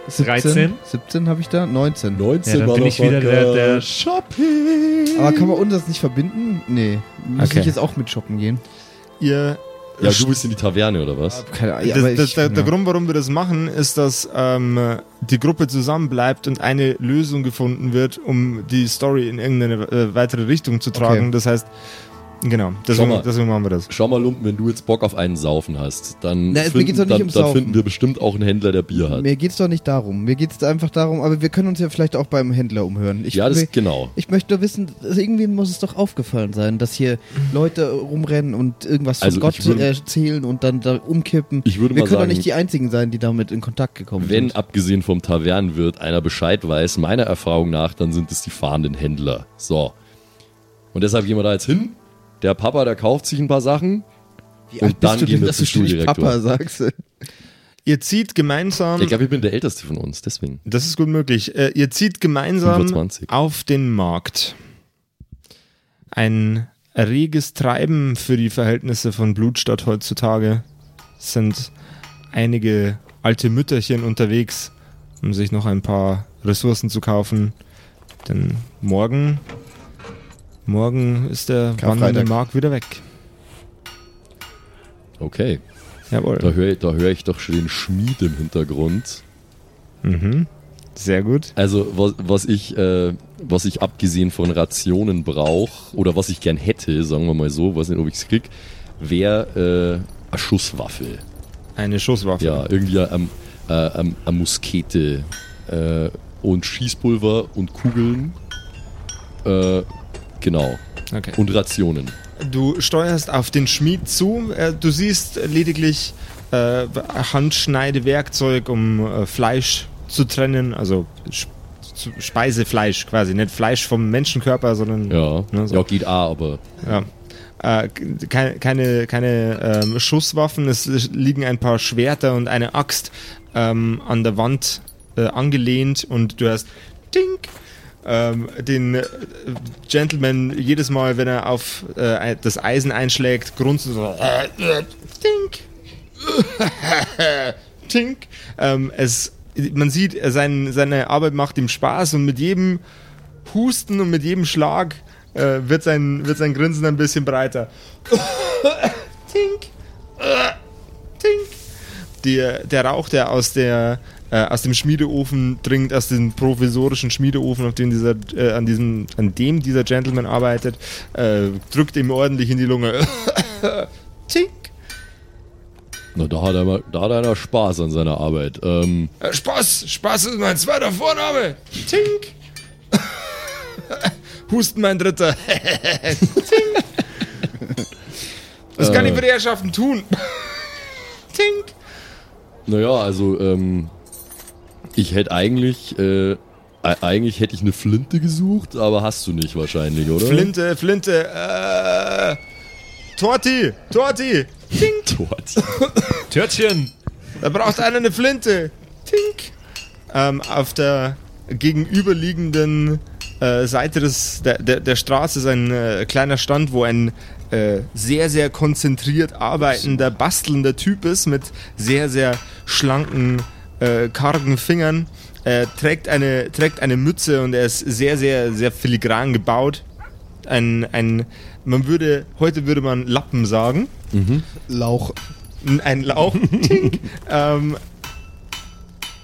Speaker 3: 17,
Speaker 4: 13.
Speaker 3: 17 habe ich da, 19.
Speaker 1: 19
Speaker 4: Ja, dann bin ich wieder der- der-
Speaker 1: Shopping.
Speaker 3: Aber kann man uns das nicht verbinden? Nee. Muss
Speaker 2: Okay.
Speaker 3: ich jetzt auch mit shoppen gehen?
Speaker 2: Ihr
Speaker 1: Ja, du bist in die Taverne oder was?
Speaker 3: Keine Ahnung.
Speaker 2: das,
Speaker 3: aber
Speaker 2: das,
Speaker 3: ich-
Speaker 2: der, der
Speaker 3: ja.
Speaker 2: Grund, warum wir das machen, ist, dass ähm, die Gruppe zusammenbleibt und eine Lösung gefunden wird, um die Story in irgendeine äh, weitere Richtung zu tragen.
Speaker 3: Okay.
Speaker 2: Das heißt, Genau,
Speaker 1: Schau
Speaker 2: deswegen,
Speaker 1: mal.
Speaker 2: deswegen machen wir das.
Speaker 1: Schau mal, Lumpen, wenn du jetzt Bock auf einen Saufen hast, dann,
Speaker 3: Na, es- mir
Speaker 1: finden,
Speaker 3: geht's doch nicht
Speaker 1: dann,
Speaker 3: ums
Speaker 1: dann
Speaker 3: Saufen.
Speaker 1: finden wir bestimmt auch einen Händler, der Bier hat.
Speaker 3: Mir geht's doch nicht darum. Mir geht's einfach darum, aber wir können uns ja vielleicht auch beim Händler umhören. Ich,
Speaker 1: ja, das
Speaker 3: will-
Speaker 1: genau.
Speaker 3: ich möchte nur wissen, dass irgendwie muss es doch aufgefallen sein, dass hier Leute rumrennen und irgendwas
Speaker 1: Also,
Speaker 3: von Gott
Speaker 1: ich würde-
Speaker 3: erzählen und dann da umkippen.
Speaker 1: Ich würde
Speaker 3: wir
Speaker 1: mal
Speaker 3: können doch
Speaker 1: sagen-
Speaker 3: nicht die einzigen sein, die damit in Kontakt gekommen
Speaker 1: Wenn,
Speaker 3: sind.
Speaker 1: abgesehen vom Tavernenwirt, einer Bescheid weiß, meiner Erfahrung nach, dann sind es die fahrenden Händler. So. Und deshalb gehen wir da jetzt hin. Der Papa, der kauft sich ein paar Sachen.
Speaker 3: Wie
Speaker 1: und
Speaker 3: alt
Speaker 1: dann
Speaker 3: bist du
Speaker 1: gehen
Speaker 3: denn,
Speaker 1: wir
Speaker 3: dass
Speaker 1: zum
Speaker 3: du ständig
Speaker 1: Schuldirektor.
Speaker 3: Papa sagst?
Speaker 2: Ihr zieht gemeinsam,
Speaker 1: Ich glaube, ich bin der Älteste von uns, deswegen.
Speaker 2: das ist gut möglich, äh, ihr zieht gemeinsam
Speaker 1: 25.
Speaker 2: auf den Markt. Ein reges Treiben für die Verhältnisse von Blutstadt heutzutage. Es sind einige alte Mütterchen unterwegs, um sich noch ein paar Ressourcen zu kaufen. Denn morgen, morgen ist der
Speaker 3: Karfreitag.
Speaker 2: wandernde Markt wieder weg.
Speaker 1: Okay.
Speaker 2: Jawohl.
Speaker 1: Da höre da hör ich doch schon den Schmied im Hintergrund.
Speaker 2: Mhm. Sehr gut.
Speaker 1: Also, was, was, ich, äh, was ich abgesehen von Rationen brauche, oder was ich gern hätte, sagen wir mal so, weiß nicht, ob ich es krieg, wäre äh, eine Schusswaffe.
Speaker 2: Eine Schusswaffe.
Speaker 1: Ja, irgendwie am, äh, am, am Muskete äh, und Schießpulver und Kugeln. Äh, genau.
Speaker 2: Okay.
Speaker 1: Und Rationen.
Speaker 2: Du steuerst auf den Schmied zu. Äh, Du siehst lediglich äh, Handschneidewerkzeug, um äh, Fleisch zu trennen, also Sch- zu- Speisefleisch quasi, nicht Fleisch vom Menschenkörper, sondern
Speaker 1: Ja.
Speaker 2: Ne, so.
Speaker 1: Ja, geht auch, aber
Speaker 2: ja. Äh, keine, keine, keine ähm, Schusswaffen, es liegen ein paar Schwerter und eine Axt ähm, an der Wand äh, angelehnt und du hast Tink ähm, den äh, Gentleman jedes Mal, wenn er auf äh, das Eisen einschlägt, grunzt und so äh, äh, Tink Tink ähm, es, man sieht, äh, sein, seine Arbeit macht ihm Spaß und mit jedem Husten und mit jedem Schlag äh, wird, sein, wird sein Grinsen ein bisschen breiter. Tink. Äh, Tink. Der, der Rauch, der aus, der, äh, aus dem Schmiedeofen dringt, aus dem provisorischen Schmiedeofen, auf dem dieser, äh, an, diesem, an dem dieser Gentleman arbeitet, äh, drückt ihm ordentlich in die Lunge. Tink.
Speaker 1: na, da, hat er mal, da hat einer Spaß an seiner Arbeit. Ähm,
Speaker 2: Äh, Spaß, Spaß ist mein zweiter Vorname. Tink. Husten mein dritter. Tink. Was kann ich für die Herrschaften tun? Äh. Tink.
Speaker 1: naja, also ähm, ich hätte eigentlich, äh, e- eigentlich hätte ich eine Flinte gesucht, aber hast du nicht wahrscheinlich, oder?
Speaker 2: Flinte, Flinte. Äh, Torti, Torti.
Speaker 1: Dort.
Speaker 4: Törtchen!
Speaker 2: Da braucht einer eine Flinte. Tink. Ähm, auf der gegenüberliegenden äh, Seite des, der, der, der Straße ist ein äh, kleiner Stand, wo ein äh, sehr, sehr konzentriert arbeitender, bastelnder Typ ist mit sehr, sehr schlanken, äh, kargen Fingern. Er trägt eine, trägt eine Mütze und er ist sehr, sehr, sehr filigran gebaut. Ein, ein, man würde, heute würde man Lappen sagen
Speaker 3: Lauch.
Speaker 2: ein Lauch. Tink. ähm,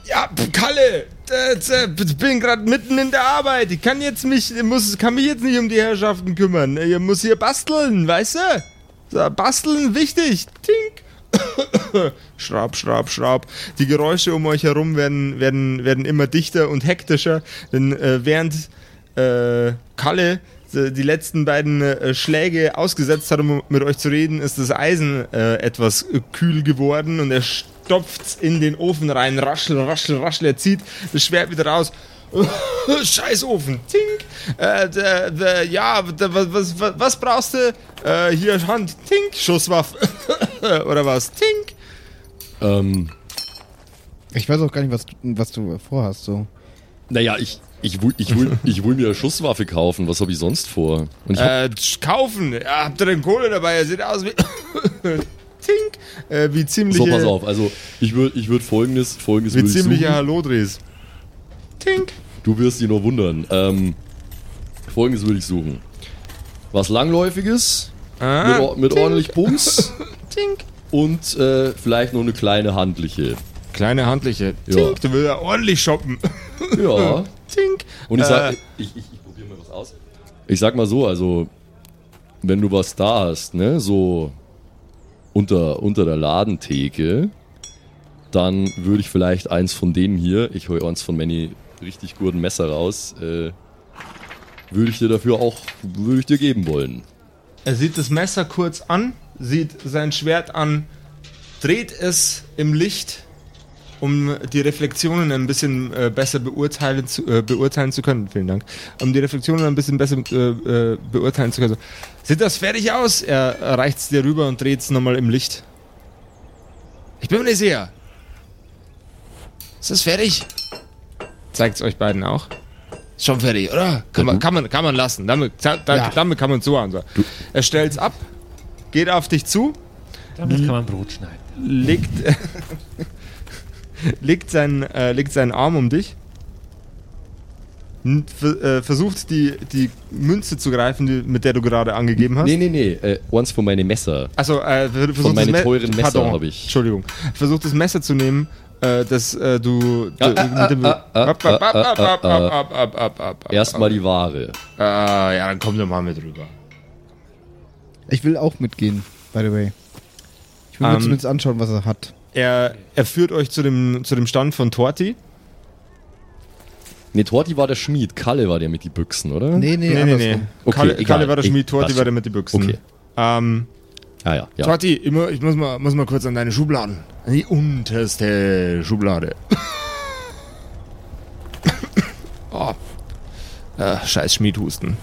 Speaker 2: ja, pf, Kalle, äh, z- ich bin gerade mitten in der Arbeit. Ich kann jetzt mich, muss, kann mich jetzt nicht um die Herrschaften kümmern. Ich muss hier basteln, weißt du? So, basteln wichtig. Tink. Schraub, schraub, schraub. Die Geräusche um euch herum werden, werden, werden immer dichter und hektischer, denn äh, während äh, Kalle äh, die letzten beiden äh, Schläge ausgesetzt hat, um mit euch zu reden, ist das Eisen äh, etwas äh, kühl geworden und er stopft's in den Ofen rein. Raschel, raschel, raschel. Er zieht das Schwert wieder raus. Scheißofen, tink. Äh, d- d- ja, d- was, was, was- was brauchst du? Äh, hier Hand, tink, Schusswaffe. Oder was? Tink.
Speaker 1: ähm,
Speaker 3: Ich weiß auch gar nicht, was, du- was du vorhast. So.
Speaker 1: naja, ich, ich, will, ich, will, ich will mir eine Schusswaffe kaufen. Was habe ich sonst vor? Und ich hab
Speaker 2: Äh, tsch, kaufen. Ja, habt ihr denn Kohle dabei? Ihr seht aus wie. tink. Äh, wie ziemlich.
Speaker 1: So, pass auf, also ich würde ich würd folgendes, folgendes
Speaker 2: Wie
Speaker 1: würd ich
Speaker 2: ziemliche
Speaker 1: suchen.
Speaker 2: Hallodris. Tink.
Speaker 1: Du wirst dich nur wundern. Ähm, folgendes würde ich suchen. Was langläufiges, mit,
Speaker 2: Ah,
Speaker 1: or- mit ordentlich Bums
Speaker 2: tink.
Speaker 1: und äh, vielleicht noch eine kleine handliche.
Speaker 2: Kleine handliche. Tink. Du willst ja ordentlich shoppen.
Speaker 1: Ja.
Speaker 2: Tink.
Speaker 1: Und ich sag,
Speaker 2: Äh.
Speaker 1: ich, ich, ich probiere mal was aus. Ich sag mal so, also wenn du was da hast, ne, so unter, unter der Ladentheke, dann würde ich vielleicht eins von denen hier, ich hole eins von Manny richtig guten Messer raus, äh, würde ich dir dafür auch, würde ich dir geben wollen.
Speaker 2: Er sieht das Messer kurz an, sieht sein Schwert an, dreht es im Licht, um die Reflexionen ein bisschen äh, besser beurteilen zu, äh, beurteilen zu können. Vielen Dank. Um die Reflexionen ein bisschen besser äh, äh, beurteilen zu können. Sieht das fertig aus? Er reicht es dir rüber und dreht es nochmal im Licht. Ich bin mir nicht sicher. Ist das fertig? Zeigt es euch beiden auch. Ist schon fertig, oder? Kann man, kann man, kann man lassen. Damit, da,
Speaker 3: Ja.
Speaker 2: damit kann man zuhauen. So. Er stellt's ab, geht auf dich zu,
Speaker 4: Damit kann man Brot schneiden.
Speaker 2: legt, legt, seinen, äh, legt seinen Arm um dich, n- ver- äh, versucht die, die Münze zu greifen, die, mit der du gerade angegeben hast.
Speaker 1: Nee, nee, nee, äh, eins von meinen Messer.
Speaker 2: Also äh, ver- versucht
Speaker 1: meine
Speaker 2: das Me-
Speaker 1: teuren Messer
Speaker 2: Pardon,
Speaker 1: hab ich.
Speaker 2: Entschuldigung. Versucht das Messer zu nehmen, äh, das äh, du.
Speaker 1: Ah,
Speaker 2: du-
Speaker 1: ah,
Speaker 2: mit dem-
Speaker 1: ah, ah,
Speaker 2: Ab, ab,
Speaker 1: ah,
Speaker 2: ab, ab,
Speaker 1: ah,
Speaker 2: ab,
Speaker 1: ah.
Speaker 2: ab, ab, ab, ab.
Speaker 1: Erstmal die Ware.
Speaker 2: Ah, ja, dann komm doch mal mit rüber.
Speaker 3: Ich will auch mitgehen, by the way. Ich will
Speaker 2: Ähm,
Speaker 3: mir zumindest anschauen, was er hat.
Speaker 2: Er, er führt euch zu dem, zu dem Stand von Torti.
Speaker 1: Nee, Torti war der Schmied, Kalle war der mit die Büchsen, oder?
Speaker 3: Nee, nee,
Speaker 2: Nee, nee, nee.
Speaker 3: andersrum.
Speaker 1: Okay,
Speaker 2: Kalle,
Speaker 1: egal.
Speaker 2: Kalle war der
Speaker 1: Ich-
Speaker 2: Schmied, Torti
Speaker 1: passt.
Speaker 2: war der mit den Büchsen.
Speaker 1: Okay.
Speaker 2: Ähm,
Speaker 1: Ah ja, ja.
Speaker 2: Torti, ich, mu- ich muss, mal, muss mal kurz an deine Schubladen. An die unterste Schublade. oh. äh, scheiß Schmiedhusten.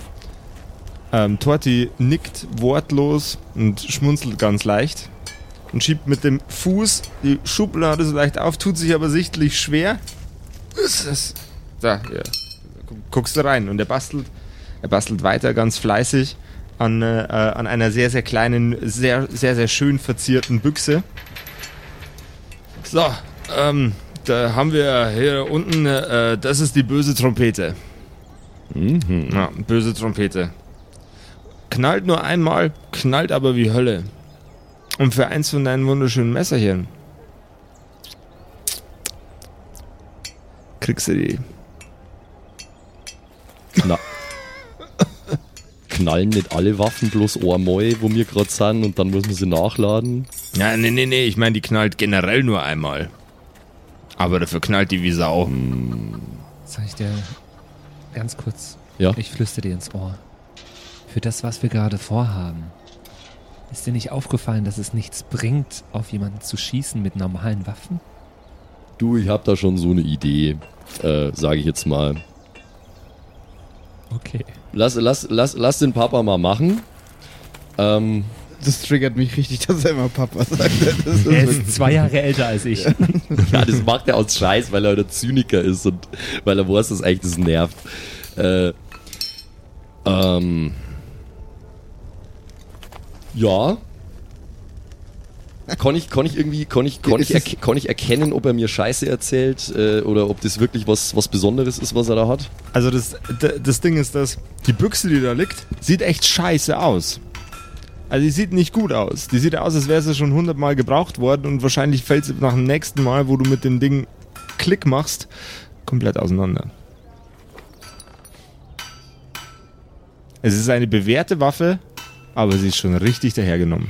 Speaker 2: Ähm, Torti nickt wortlos und schmunzelt ganz leicht und schiebt mit dem Fuß die Schublade so leicht auf, tut sich aber sichtlich schwer. Ist das? Da, ja. Guckst du rein und er bastelt, er bastelt weiter ganz fleißig an, äh, äh, an einer sehr, sehr kleinen, sehr, sehr, sehr schön verzierten Büchse. So, ähm, da haben wir hier unten, äh, das ist die böse Trompete.
Speaker 1: Mhm.
Speaker 2: Ja, böse Trompete. Knallt nur einmal, knallt aber wie Hölle. Und für eins von deinen wunderschönen Messerchen kriegst du die.
Speaker 1: Kna Knallen nicht alle Waffen bloß einmal, wo wir gerade sind, und dann muss man sie nachladen.
Speaker 2: Ja, nee, nee, nee, ich meine, die knallt generell nur einmal. Aber dafür knallt die wie Sau.
Speaker 4: Sag ich dir ganz kurz.
Speaker 1: Ja.
Speaker 4: Ich flüster dir ins Ohr. Für das, was wir gerade vorhaben, ist dir nicht aufgefallen, dass es nichts bringt, auf jemanden zu schießen mit normalen Waffen?
Speaker 1: Du, ich hab da schon so eine Idee, äh, sage ich jetzt mal.
Speaker 4: Okay.
Speaker 1: Lass, lass, lass, lass den Papa mal machen. Ähm,
Speaker 3: Das triggert mich richtig, dass er immer Papa sagt. Das ist
Speaker 4: Er
Speaker 3: wirklich-
Speaker 4: ist zwei Jahre älter als ich.
Speaker 1: ja, das macht er aus Scheiß, weil er der Zyniker ist und weil er weiß, dass eigentlich das nervt. Äh, ähm, ja. Kann ich, kann ich irgendwie, kann ich, kann
Speaker 3: Ist
Speaker 1: ich,
Speaker 3: es-
Speaker 1: erke- kann ich erkennen, ob er mir Scheiße erzählt äh, oder ob das wirklich was, was Besonderes ist, was er da hat?
Speaker 2: Also das, d- das Ding ist, dass die Büchse, die da liegt, sieht echt scheiße aus. Also die sieht nicht gut aus. Die sieht aus, als wäre sie schon hundertmal gebraucht worden und wahrscheinlich fällt sie nach dem nächsten Mal, wo du mit dem Ding Klick machst, komplett auseinander. Es ist eine bewährte Waffe, aber sie ist schon richtig dahergenommen.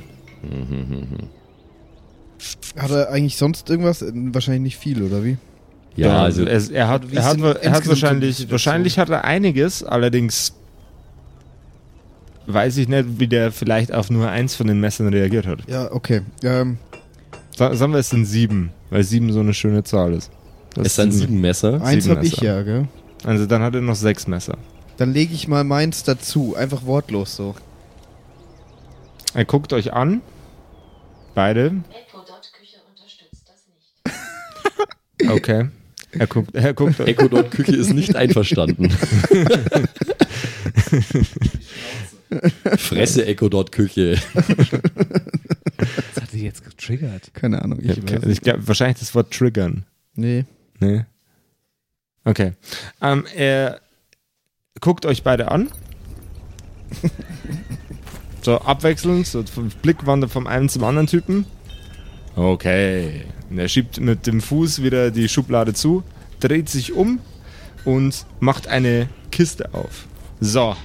Speaker 3: Hat er eigentlich sonst irgendwas? Äh, Wahrscheinlich nicht viel, oder wie?
Speaker 1: Ja, also
Speaker 2: er, er hat,
Speaker 3: Wie
Speaker 2: er
Speaker 3: ist
Speaker 2: hat,
Speaker 3: denn
Speaker 2: er hat
Speaker 3: insgesamt die
Speaker 2: wahrscheinlich,
Speaker 3: Situation?
Speaker 2: wahrscheinlich hat er einiges, allerdings weiß ich nicht, wie der vielleicht auf nur eins von den Messern reagiert hat.
Speaker 3: Ja, okay. Ähm,
Speaker 2: Sa- Sagen wir, es sind sieben, weil sieben so eine schöne Zahl ist. Das
Speaker 1: es sind sieben Messer.
Speaker 3: eins
Speaker 2: sieben
Speaker 3: habe ich
Speaker 2: Messer.
Speaker 3: ja, gell?
Speaker 2: Also dann hat er noch sechs Messer.
Speaker 3: Dann lege ich mal meins dazu. Einfach wortlos so.
Speaker 2: Er guckt euch an, beide,
Speaker 6: Echo-Dot-Küche unterstützt das nicht.
Speaker 2: okay. Er guckt, er guckt,
Speaker 1: Echo dort Küche ist nicht einverstanden. Fresse Echo dort Küche.
Speaker 4: Das hat dich jetzt getriggert.
Speaker 3: Keine Ahnung. Ich
Speaker 2: ich,
Speaker 3: weiß.
Speaker 2: ich glaub, wahrscheinlich das Wort triggern.
Speaker 3: Nee.
Speaker 2: Nee. Okay. Ähm, er guckt euch beide an. so abwechselnd, so vom Blick wandert vom einen zum anderen Typen. Okay. Und er schiebt mit dem Fuß wieder die Schublade zu, dreht sich um und macht eine Kiste auf. So.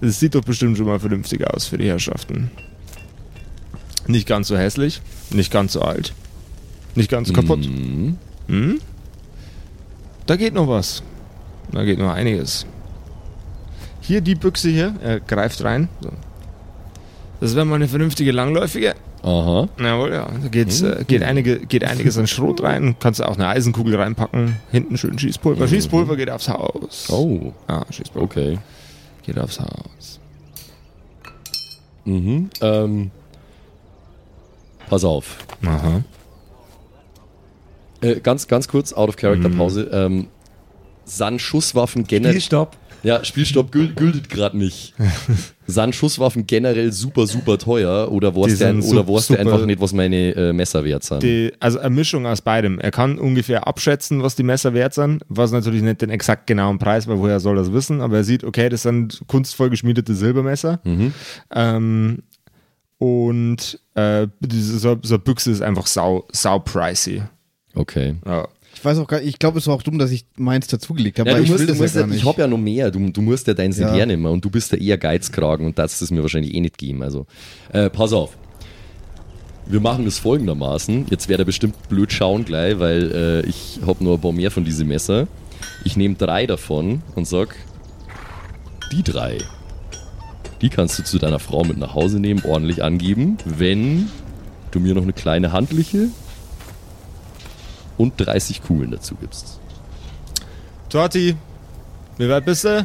Speaker 2: Das sieht doch bestimmt schon mal vernünftig aus für die Herrschaften. Nicht ganz so hässlich, nicht ganz so alt, nicht ganz so kaputt.
Speaker 1: Mhm.
Speaker 2: Hm? Da geht noch was. Da geht noch einiges. Hier die Büchse hier, er greift rein. So. Das wäre mal eine vernünftige langläufige.
Speaker 1: Aha.
Speaker 2: Jawohl, ja. Da geht's,
Speaker 1: Mhm.
Speaker 2: äh, geht, einige, geht einiges an Schrot rein. Kannst auch eine Eisenkugel reinpacken. Hinten schön Schießpulver. Schießpulver geht aufs Haus.
Speaker 1: Mhm. Oh,
Speaker 2: Ah, Schießpulver
Speaker 1: okay.
Speaker 2: geht aufs Haus.
Speaker 1: Mhm. Ähm, pass auf.
Speaker 2: Aha.
Speaker 1: Äh, ganz, ganz kurz, out of character
Speaker 2: Mhm.
Speaker 1: Pause. Ähm, san Schusswaffen generell.
Speaker 4: Stopp.
Speaker 1: Ja, Spielstopp gül- gültet gerade nicht. san Schusswaffen generell super, super teuer. Oder wo
Speaker 2: Die
Speaker 1: hast du ein-
Speaker 2: sind
Speaker 1: oder
Speaker 2: sup-
Speaker 1: wo hast du
Speaker 2: super-
Speaker 1: einfach nicht, was meine äh, Messer wert sind?
Speaker 2: Die, also eine Mischung aus beidem. Er kann ungefähr abschätzen, was die Messer wert sind, was natürlich nicht den exakt genauen Preis, weil woher soll das wissen, aber er sieht, okay, das sind kunstvoll geschmiedete Silbermesser. Ähm, und äh, diese so, so eine Büchse ist einfach sau, sau pricey.
Speaker 1: Okay.
Speaker 2: Ja.
Speaker 3: Ich weiß auch gar ich glaube, es war auch dumm, dass ich meins dazugelegt habe,
Speaker 1: Ja,
Speaker 3: weil
Speaker 1: du
Speaker 3: ich
Speaker 1: musst,
Speaker 3: will
Speaker 1: du
Speaker 3: das ja
Speaker 1: musst
Speaker 3: gar
Speaker 1: ja, ich
Speaker 3: nicht.
Speaker 1: hab ja noch mehr. Du, du musst ja deins
Speaker 3: Ja.
Speaker 1: nicht hernehmen und du bist ja eher Geizkragen und das ist mir wahrscheinlich eh nicht geben. Also, äh, pass auf. Wir machen das folgendermaßen. Jetzt wird er bestimmt blöd schauen gleich, weil äh, ich hab nur ein paar mehr von diese Messer. Ich nehme drei davon und sag, die drei, die kannst du zu deiner Frau mit nach Hause nehmen, ordentlich angeben, wenn du mir noch eine kleine handliche und 30 Kugeln dazu gibst.
Speaker 2: Totti, wie weit bist du?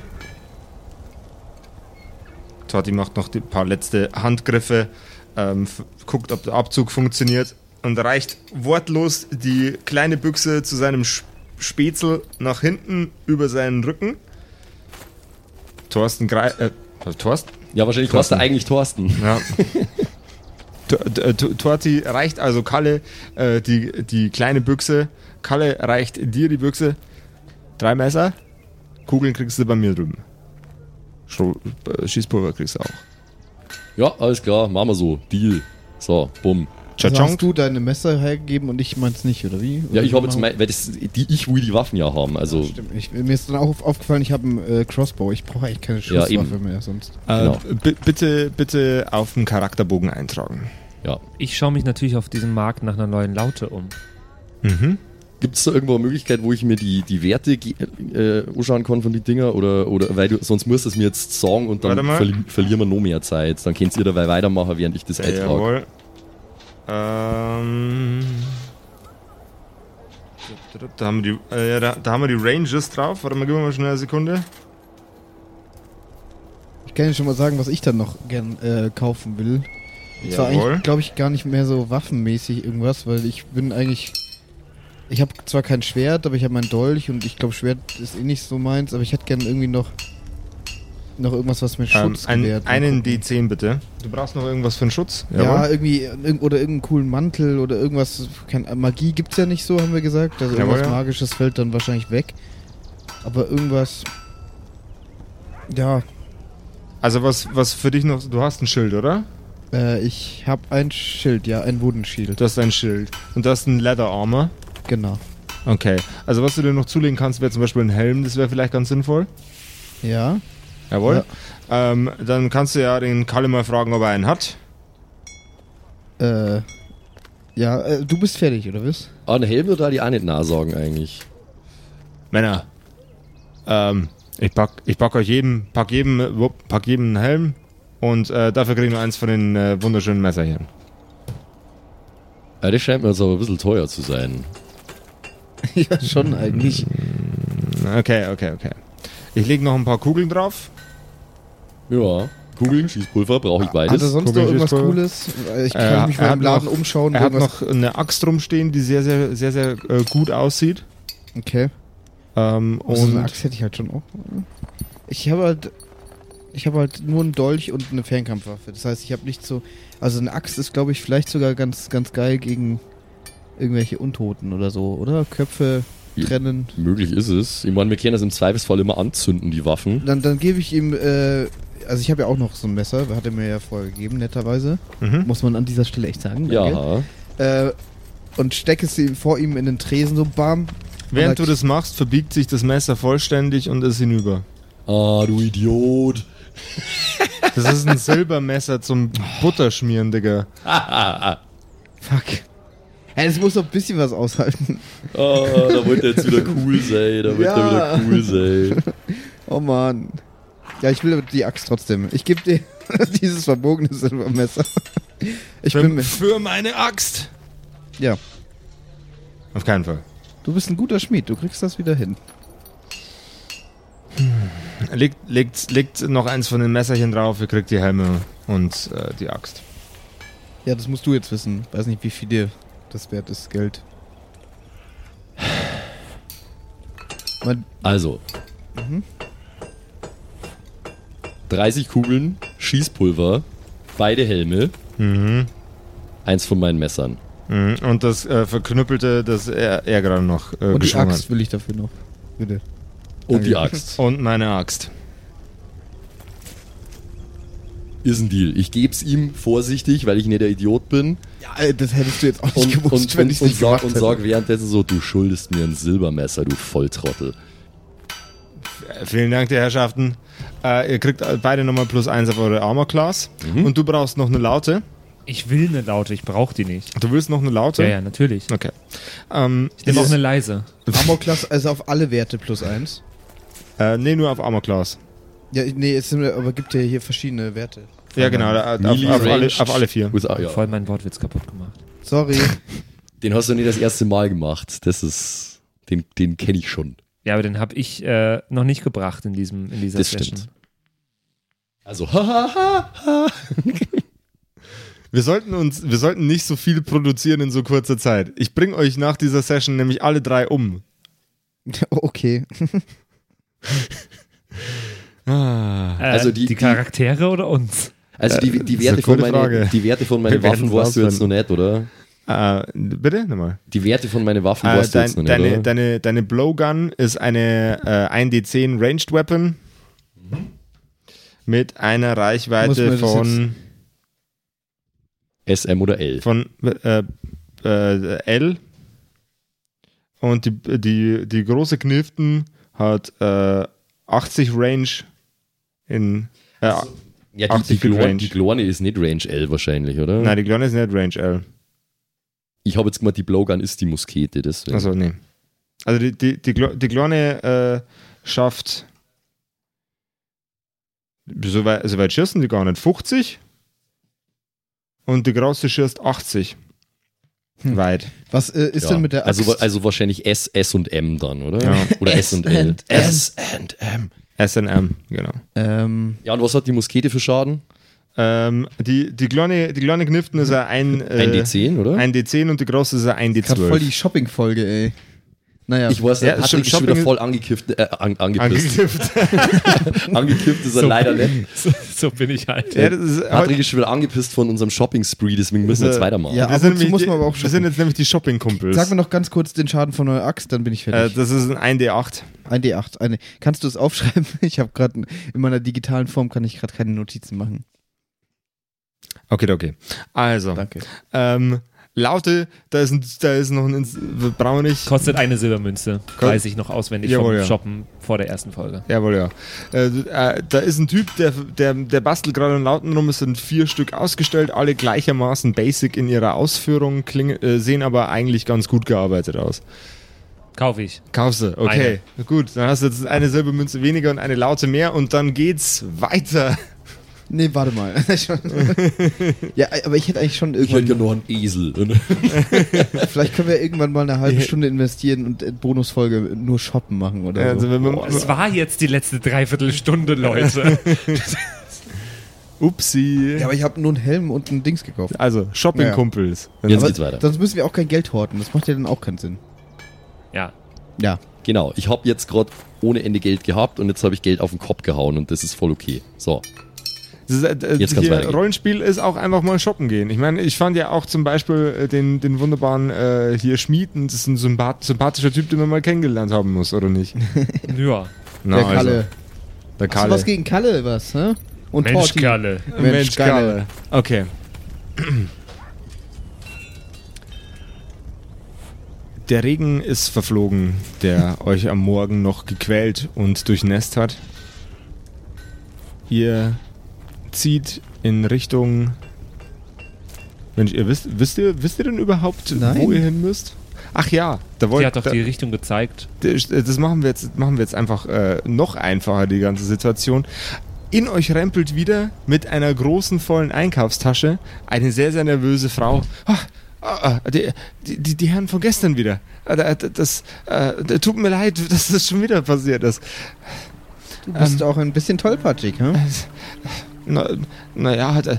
Speaker 2: Totti macht noch die paar letzte Handgriffe, ähm, f- guckt, ob der Abzug funktioniert und reicht wortlos die kleine Büchse zu seinem Sch- Spätzl nach hinten über seinen Rücken. Thorsten greift. Äh, Thorsten?
Speaker 1: Ja, wahrscheinlich kostet er eigentlich Thorsten.
Speaker 2: Ja. T- t- t- Torti reicht also Kalle äh, die, die kleine Büchse. Kalle reicht dir die Büchse. Drei Messer. Kugeln kriegst du bei mir drüben. Schro- äh, Schießpulver kriegst du auch.
Speaker 1: Ja, alles klar, machen wir so. Deal. So, bumm.
Speaker 3: Also
Speaker 2: Tschatschong.
Speaker 3: hast du deine Messer hergegeben und ich meins nicht, oder wie?
Speaker 1: Ja,
Speaker 3: Oder
Speaker 1: ich
Speaker 3: wie
Speaker 1: habe jetzt
Speaker 3: machen
Speaker 1: mein, weil das, die, ich will die Waffen ja haben. Also,
Speaker 3: Stimmt, ich, mir ist dann auch auf- aufgefallen, ich habe einen äh, Crossbow. Ich brauche eigentlich keine
Speaker 1: Ja,
Speaker 3: Schusswaffe
Speaker 1: eben.
Speaker 3: mehr sonst.
Speaker 1: Genau.
Speaker 2: Äh, b- bitte, bitte auf den Charakterbogen eintragen.
Speaker 1: ja.
Speaker 4: Ich schaue mich natürlich auf diesem Markt nach einer neuen Laute um.
Speaker 1: Gibt es da irgendwo eine Möglichkeit, wo ich mir die, die Werte ge- äh, anschauen kann von den Dinger? Oder, oder weil du, sonst musst du es mir jetzt sagen und dann
Speaker 2: Warte mal.
Speaker 1: verli verlieren wir noch mehr Zeit. Dann könnt ihr dabei weitermachen, während ich das eintrage.
Speaker 2: Ähm. Da haben, wir die, äh, da, da haben wir die Ranges drauf. Warte mal, gib mir mal schnell eine Sekunde.
Speaker 3: Ich kann dir schon mal sagen, was ich dann noch gern äh, kaufen will. Es war
Speaker 2: Jawohl.
Speaker 3: eigentlich, glaube ich, gar nicht mehr so waffenmäßig irgendwas, weil ich bin eigentlich. Ich habe zwar kein Schwert, aber ich habe mein Dolch und ich glaube, Schwert ist eh nicht so meins, aber ich hätte gern irgendwie noch. Noch irgendwas, was mir
Speaker 2: Ähm,
Speaker 3: Schutz
Speaker 2: ein,
Speaker 3: gewährt. Mal
Speaker 2: einen
Speaker 3: gucken.
Speaker 2: D10 bitte. Du brauchst noch irgendwas für einen Schutz?
Speaker 3: Ja, irgendwie, irg- oder irgendeinen coolen Mantel oder irgendwas. Kein, Magie gibt's ja nicht so, haben wir gesagt. Also
Speaker 2: Jawohl,
Speaker 3: irgendwas
Speaker 2: ja.
Speaker 3: Magisches fällt dann wahrscheinlich weg. Aber irgendwas. Ja,
Speaker 2: Also was, was für dich noch, du hast ein Schild, oder?
Speaker 3: äh, ich hab ein Schild, ja, ein Wudenschild.
Speaker 2: Du hast ein Schild. Und du hast ein Leather Armor.
Speaker 3: Genau.
Speaker 2: Okay. Also was du dir noch zulegen kannst, wäre zum Beispiel ein Helm, das wäre vielleicht ganz sinnvoll.
Speaker 3: Ja.
Speaker 2: Jawohl. Ähm, dann kannst du ja den Kalle mal fragen, ob er einen hat.
Speaker 3: Äh, ja, äh, du bist fertig, oder was?
Speaker 1: Ah, einen Helm würde da die auch nicht nachsagen eigentlich.
Speaker 2: Männer. Ähm, ich pack, ich pack euch jedem, pack jedem, wupp, pack jedem einen Helm und äh, dafür kriegen wir eins von den äh, wunderschönen Messer hier.
Speaker 1: Ja, Ah, das scheint mir jetzt aber ein bisschen teuer zu sein.
Speaker 3: ja, schon eigentlich.
Speaker 2: Okay, okay, okay. Ich lege noch ein paar Kugeln drauf.
Speaker 1: Ja. Kugeln, Schießpulver, brauche ich
Speaker 3: Hat er
Speaker 1: beides.
Speaker 3: sonst noch
Speaker 2: Guck ich
Speaker 3: irgendwas
Speaker 2: jetzt mal.
Speaker 3: Cooles? Äh, Ich
Speaker 2: Er-
Speaker 3: kann mich
Speaker 2: er
Speaker 3: mal
Speaker 2: hat
Speaker 3: im Laden
Speaker 2: noch-
Speaker 3: umschauen.
Speaker 2: Er hat
Speaker 3: irgendwas-
Speaker 2: noch eine Axt rumstehen, die sehr, sehr, sehr, sehr äh, gut aussieht.
Speaker 3: Okay.
Speaker 2: Ähm,
Speaker 3: Und so eine
Speaker 2: und
Speaker 3: Axt hätte ich halt schon auch. Ich habe halt. Ich habe halt nur einen Dolch und eine Fernkampfwaffe. Das heißt, ich habe nicht so. Also eine Axt ist, glaube ich, vielleicht sogar ganz, ganz geil gegen irgendwelche Untoten oder so, oder? Köpfe
Speaker 1: Ja.
Speaker 3: trennen.
Speaker 1: Möglich ist es. Ich meine, wir können das im Zweifelsfall immer anzünden, die Waffen.
Speaker 3: Dann, dann gebe ich ihm. Äh, also ich habe ja auch noch so ein Messer, hat er mir ja vorher gegeben, netterweise.
Speaker 2: Mhm.
Speaker 3: Muss man an dieser Stelle echt sagen. Danke.
Speaker 1: Ja.
Speaker 3: Äh, und stecke es ihm vor ihm in den Tresen, so bam.
Speaker 2: während du
Speaker 3: Und
Speaker 2: das machst, verbiegt sich das Messer vollständig und ist hinüber.
Speaker 1: Ah, du Idiot.
Speaker 2: Das ist ein Silbermesser zum Butterschmieren, Digga.
Speaker 3: Fuck. Hä, das muss doch ein bisschen was aushalten.
Speaker 1: Oh, da wird er jetzt wieder cool sein. Da wird
Speaker 3: Ja.
Speaker 1: er wieder cool sein.
Speaker 3: Oh Mann. Ja, ich will aber die Axt trotzdem. Ich gebe dir dieses verbogene Silbermesser. Ich bin mit.
Speaker 2: für meine Axt.
Speaker 3: Ja.
Speaker 2: Auf keinen Fall.
Speaker 3: Du bist ein guter Schmied, du kriegst das wieder hin.
Speaker 2: Legt, legt, legt noch eins von den Messerchen drauf, ihr kriegt die Helme und äh, die Axt.
Speaker 3: Ja, das musst du jetzt wissen. Weiß nicht, wie viel dir das wert ist, Geld. Man,
Speaker 1: Also. 30 Kugeln, Schießpulver, beide Helme,
Speaker 2: Mhm.
Speaker 1: eins von meinen Messern.
Speaker 2: Mhm. Und das äh, Verknüppelte, das er, er gerade noch äh,
Speaker 3: und die
Speaker 2: geschwungen
Speaker 3: Axt will ich dafür noch. Bitte.
Speaker 1: Und die
Speaker 3: Danke.
Speaker 1: Axt.
Speaker 2: hat. Und meine Axt.
Speaker 1: Ist ein Deal. Ich geb's ihm vorsichtig, weil ich nicht der Idiot bin.
Speaker 3: Ja, äh, das hättest du jetzt auch nicht
Speaker 1: Und,
Speaker 3: gewusst,
Speaker 1: und,
Speaker 3: wenn
Speaker 1: und,
Speaker 3: ich
Speaker 1: und,
Speaker 3: nicht
Speaker 1: sag,
Speaker 3: gemacht
Speaker 1: und
Speaker 3: hätte.
Speaker 1: sag währenddessen so, du schuldest mir ein Silbermesser, du Volltrottel.
Speaker 2: Äh, Vielen Dank, die Herrschaften. Äh, ihr kriegt äh, beide nochmal plus eins auf eure Armor Class.
Speaker 4: Mhm.
Speaker 2: Und du brauchst noch eine Laute.
Speaker 4: Ich will eine laute, ich brauche die nicht.
Speaker 2: Du willst noch eine Laute?
Speaker 4: Ja, ja, natürlich.
Speaker 2: Okay. Ähm,
Speaker 4: Ich nehme auch eine leise.
Speaker 3: Armorklasse, also auf alle Werte plus eins.
Speaker 2: äh, nee, nur auf Armor Class.
Speaker 3: Ja, nee, es sind, aber gibt ja hier verschiedene Werte.
Speaker 2: Ja, genau, da- auf,
Speaker 1: Melee
Speaker 2: auf, alle,
Speaker 1: ranged.
Speaker 2: auf alle vier.
Speaker 1: With- ah,
Speaker 4: Voll
Speaker 1: ja.
Speaker 4: meinen Wortwitz kaputt gemacht.
Speaker 3: Sorry.
Speaker 1: Den hast du nicht das erste Mal gemacht. Das ist, den, den kenne ich schon.
Speaker 4: Ja, aber den habe ich äh, noch nicht gebracht in, diesem, in dieser
Speaker 1: Das
Speaker 4: Session.
Speaker 1: stimmt. Also, hahaha.
Speaker 2: Wir sollten uns, wir sollten nicht so viel produzieren in so kurzer Zeit. Ich bringe euch nach dieser Session nämlich alle drei um.
Speaker 3: okay.
Speaker 4: Äh,
Speaker 1: Also die-
Speaker 4: die
Speaker 1: die-
Speaker 4: Charaktere oder uns?
Speaker 1: Also die, die,
Speaker 2: Äh, ist
Speaker 1: Werte
Speaker 2: eine
Speaker 1: von meine,
Speaker 2: gute Frage.
Speaker 1: die Werte von
Speaker 2: Wir
Speaker 1: meinen
Speaker 2: werden
Speaker 1: Waffen warst du jetzt noch
Speaker 2: rausfinden.
Speaker 1: nicht, oder?
Speaker 2: Äh, bitte nochmal.
Speaker 1: Die Werte von meinen Waffen
Speaker 2: Äh,
Speaker 1: warst du
Speaker 2: dein,
Speaker 1: jetzt noch nicht,
Speaker 2: deine,
Speaker 1: oder?
Speaker 2: deine, deine Blowgun ist eine äh, 1D10 Ranged Weapon
Speaker 1: Mhm.
Speaker 2: mit einer
Speaker 3: Muss man
Speaker 2: Reichweite
Speaker 3: das
Speaker 2: von,
Speaker 1: SM oder L.
Speaker 2: von äh, äh, L. Und die, die, die große Kniften hat äh, 80 Range in. Äh,
Speaker 1: Ja, die, die,
Speaker 2: 80 Feet
Speaker 1: Glorne,
Speaker 2: Range.
Speaker 1: die Glorne ist nicht Range L wahrscheinlich, oder?
Speaker 2: Nein, die Glonne ist nicht Range L.
Speaker 1: Ich habe jetzt gemacht, die Blowgun ist die Muskete, deswegen.
Speaker 2: Also nee. Also die, die, die, Glo- die Glonne äh, schafft. So weit, so weit schießen die gar nicht. 50. Und die Grauste schießt 80.
Speaker 3: Hm.
Speaker 2: Weit.
Speaker 3: Was äh, ist
Speaker 1: ja.
Speaker 3: denn mit der Axt?
Speaker 1: Also, wa- also wahrscheinlich S, S und M dann, oder?
Speaker 2: Ja.
Speaker 1: Oder S, und L.
Speaker 3: and M.
Speaker 1: and M.
Speaker 2: SNM, genau.
Speaker 3: ähm,
Speaker 1: Ja, und was hat die Muskete für Schaden?
Speaker 2: Ähm, die, die, Glonne, die Glonne Kniften ist ein, äh,
Speaker 1: Ein D10, oder?
Speaker 2: 1D10 und die Große ist ein
Speaker 3: ich hab
Speaker 2: D12.
Speaker 3: voll die Shopping-Folge, ey. Naja.
Speaker 1: ich weiß,
Speaker 2: Ja,
Speaker 1: ja, Patrick
Speaker 2: stimmt,
Speaker 1: ist schon
Speaker 2: Shopping
Speaker 1: wieder
Speaker 2: ist-
Speaker 1: voll angekifft, äh, an, angepisst.
Speaker 2: Angegriffen.
Speaker 1: angekifft ist er
Speaker 4: So.
Speaker 1: Also leider nicht.
Speaker 4: So, so bin ich halt.
Speaker 2: ja, das ist, heute-
Speaker 1: Patrick ist schon wieder angepisst von unserem Shopping-Spree, deswegen müssen wir
Speaker 2: Das,
Speaker 1: jetzt
Speaker 2: äh,
Speaker 1: weitermachen.
Speaker 3: ja.
Speaker 2: das
Speaker 3: ab und
Speaker 2: sind
Speaker 3: zu
Speaker 2: nämlich
Speaker 3: muss
Speaker 2: die-
Speaker 3: man aber auch
Speaker 2: das sind
Speaker 3: shoppen.
Speaker 2: jetzt nämlich die Shopping-Kumpels.
Speaker 3: Sag mir noch ganz kurz den Schaden von eurer Axt, dann bin ich
Speaker 2: äh,
Speaker 3: fertig.
Speaker 2: das ist ein 1D8.
Speaker 3: ein D8. Eine. Kannst du es aufschreiben? Ich habe gerade in meiner digitalen Form kann ich gerade keine Notizen machen.
Speaker 2: Okay, okay. Also.
Speaker 3: Danke.
Speaker 2: Ähm, Laute, da ist, ein, da ist noch ein. Ins- wir Brauchen wir nicht.
Speaker 4: Kostet eine Silbermünze.
Speaker 2: Kost-
Speaker 4: Weiß ich noch auswendig
Speaker 2: Jawohl,
Speaker 4: vom
Speaker 2: ja.
Speaker 4: Shoppen vor der ersten Folge.
Speaker 2: Jawohl, ja. Äh, äh, da ist ein Typ, der, der, der bastelt gerade einen Lauten rum. Es sind vier Stück ausgestellt, alle gleichermaßen basic in ihrer Ausführung, klingen, äh, sehen aber eigentlich ganz gut gearbeitet aus.
Speaker 4: Kaufe ich.
Speaker 2: Kaufst du, okay. Gut, dann hast du jetzt eine Silbermünze weniger und eine Laute mehr und dann geht's weiter.
Speaker 3: Nee, warte mal. ja, aber ich hätte eigentlich schon
Speaker 1: Ich hätte ja
Speaker 3: irgendwann.
Speaker 1: nur einen Esel.
Speaker 3: Vielleicht können wir irgendwann mal eine halbe Stunde investieren und äh, Bonusfolge nur shoppen machen oder
Speaker 2: Also,
Speaker 3: so.
Speaker 2: wenn man,
Speaker 4: Es war jetzt die letzte Dreiviertelstunde, Leute.
Speaker 2: upsi.
Speaker 3: Ja, aber ich habe nur einen Helm und ein Dings gekauft.
Speaker 2: also, Shopping-Kumpels.
Speaker 1: Jetzt
Speaker 3: Aber
Speaker 1: geht's weiter.
Speaker 3: Sonst müssen wir auch kein Geld horten. Das macht ja dann auch keinen Sinn.
Speaker 4: ja.
Speaker 3: Ja.
Speaker 1: Genau, ich habe jetzt gerade ohne Ende Geld gehabt und jetzt habe ich Geld auf den Kopf gehauen und das ist voll okay. So,
Speaker 2: Das ist, äh,
Speaker 1: Jetzt kann's
Speaker 2: hier,
Speaker 1: weitergehen.
Speaker 2: Rollenspiel ist auch einfach mal shoppen gehen. Ich meine, ich fand ja auch zum Beispiel äh, den, den wunderbaren äh, hier Schmieden, das ist ein sympath sympathischer Typ, den man mal kennengelernt haben muss, oder nicht?
Speaker 4: Ja.
Speaker 2: Na, also,
Speaker 3: der
Speaker 1: also.
Speaker 3: Kalle.
Speaker 2: Der
Speaker 3: Hast du
Speaker 2: Kalle.
Speaker 3: was gegen Kalle, was? Hä? Und
Speaker 4: Mensch,
Speaker 3: Torti.
Speaker 4: Kerle.
Speaker 2: Mensch, Kalle. Okay. Der Regen ist verflogen, der euch am Morgen noch gequält und durchnässt hat. Ihr zieht in Richtung. Mensch, ihr wisst, wisst ihr, wisst ihr denn überhaupt,
Speaker 3: Nein.
Speaker 2: wo ihr hin müsst? Ach ja, da wollt
Speaker 4: Sie hat doch
Speaker 2: da,
Speaker 4: die Richtung gezeigt.
Speaker 2: das das machen wir jetzt, machen wir jetzt einfach äh, noch einfacher, die ganze Situation. In euch rempelt wieder mit einer großen, vollen Einkaufstasche eine sehr, sehr nervöse Frau. Ah, ah, ah, die, die, die, die Herren von gestern wieder. Ah, da- da- Das, äh, da- tut mir leid, dass das schon wieder passiert ist.
Speaker 3: Du bist
Speaker 2: Ähm.
Speaker 3: auch ein bisschen tollpatschig, ne?
Speaker 2: Na, naja, halt, äh,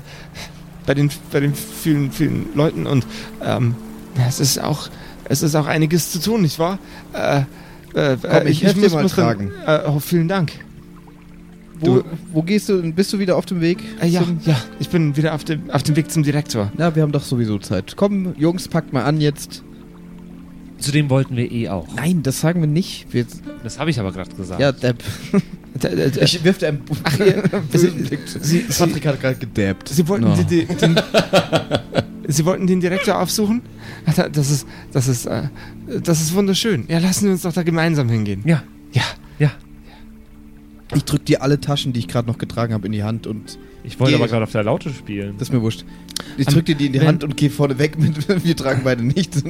Speaker 2: bei den, bei den vielen, vielen Leuten und ähm, es ist auch, es ist auch einiges zu tun, nicht wahr? Äh, äh,
Speaker 3: Komm, ich helf dir mal tragen.
Speaker 2: Dann, äh, oh, vielen Dank.
Speaker 3: Wo,
Speaker 2: Du-
Speaker 3: wo gehst du? denn? Bist du wieder auf dem Weg?
Speaker 2: Äh, ja,
Speaker 3: zum-
Speaker 2: ja, ich bin wieder auf dem, auf dem Weg zum Direktor.
Speaker 3: Na, wir haben doch sowieso Zeit. Komm, Jungs, packt mal an jetzt.
Speaker 4: Zudem wollten wir eh auch.
Speaker 3: Nein, das sagen wir nicht. Wir,
Speaker 4: Das habe ich aber gerade gesagt.
Speaker 3: ja, Depp.
Speaker 2: Da, da, da,
Speaker 3: Ich wirf dir einen
Speaker 2: ach, ihr, sie, sie, sie,
Speaker 3: Patrick hat gerade gedabbt.
Speaker 2: sie, wollten
Speaker 3: No.
Speaker 2: die, die, den, sie wollten den Direktor aufsuchen? Ah, da- Das ist, das ist, äh, das ist wunderschön. Ja, lassen wir uns doch da gemeinsam hingehen.
Speaker 4: Ja.
Speaker 2: Ja.
Speaker 4: Ja.
Speaker 3: Ich drück dir alle Taschen, die ich gerade noch getragen habe, in die Hand und
Speaker 4: Ich wollte
Speaker 3: Geh.
Speaker 4: aber gerade auf der Laute spielen.
Speaker 3: das ist mir wurscht. Ich drück dir die in die
Speaker 2: wenn-
Speaker 3: Hand und geh vorne weg mit, wir tragen beide nichts.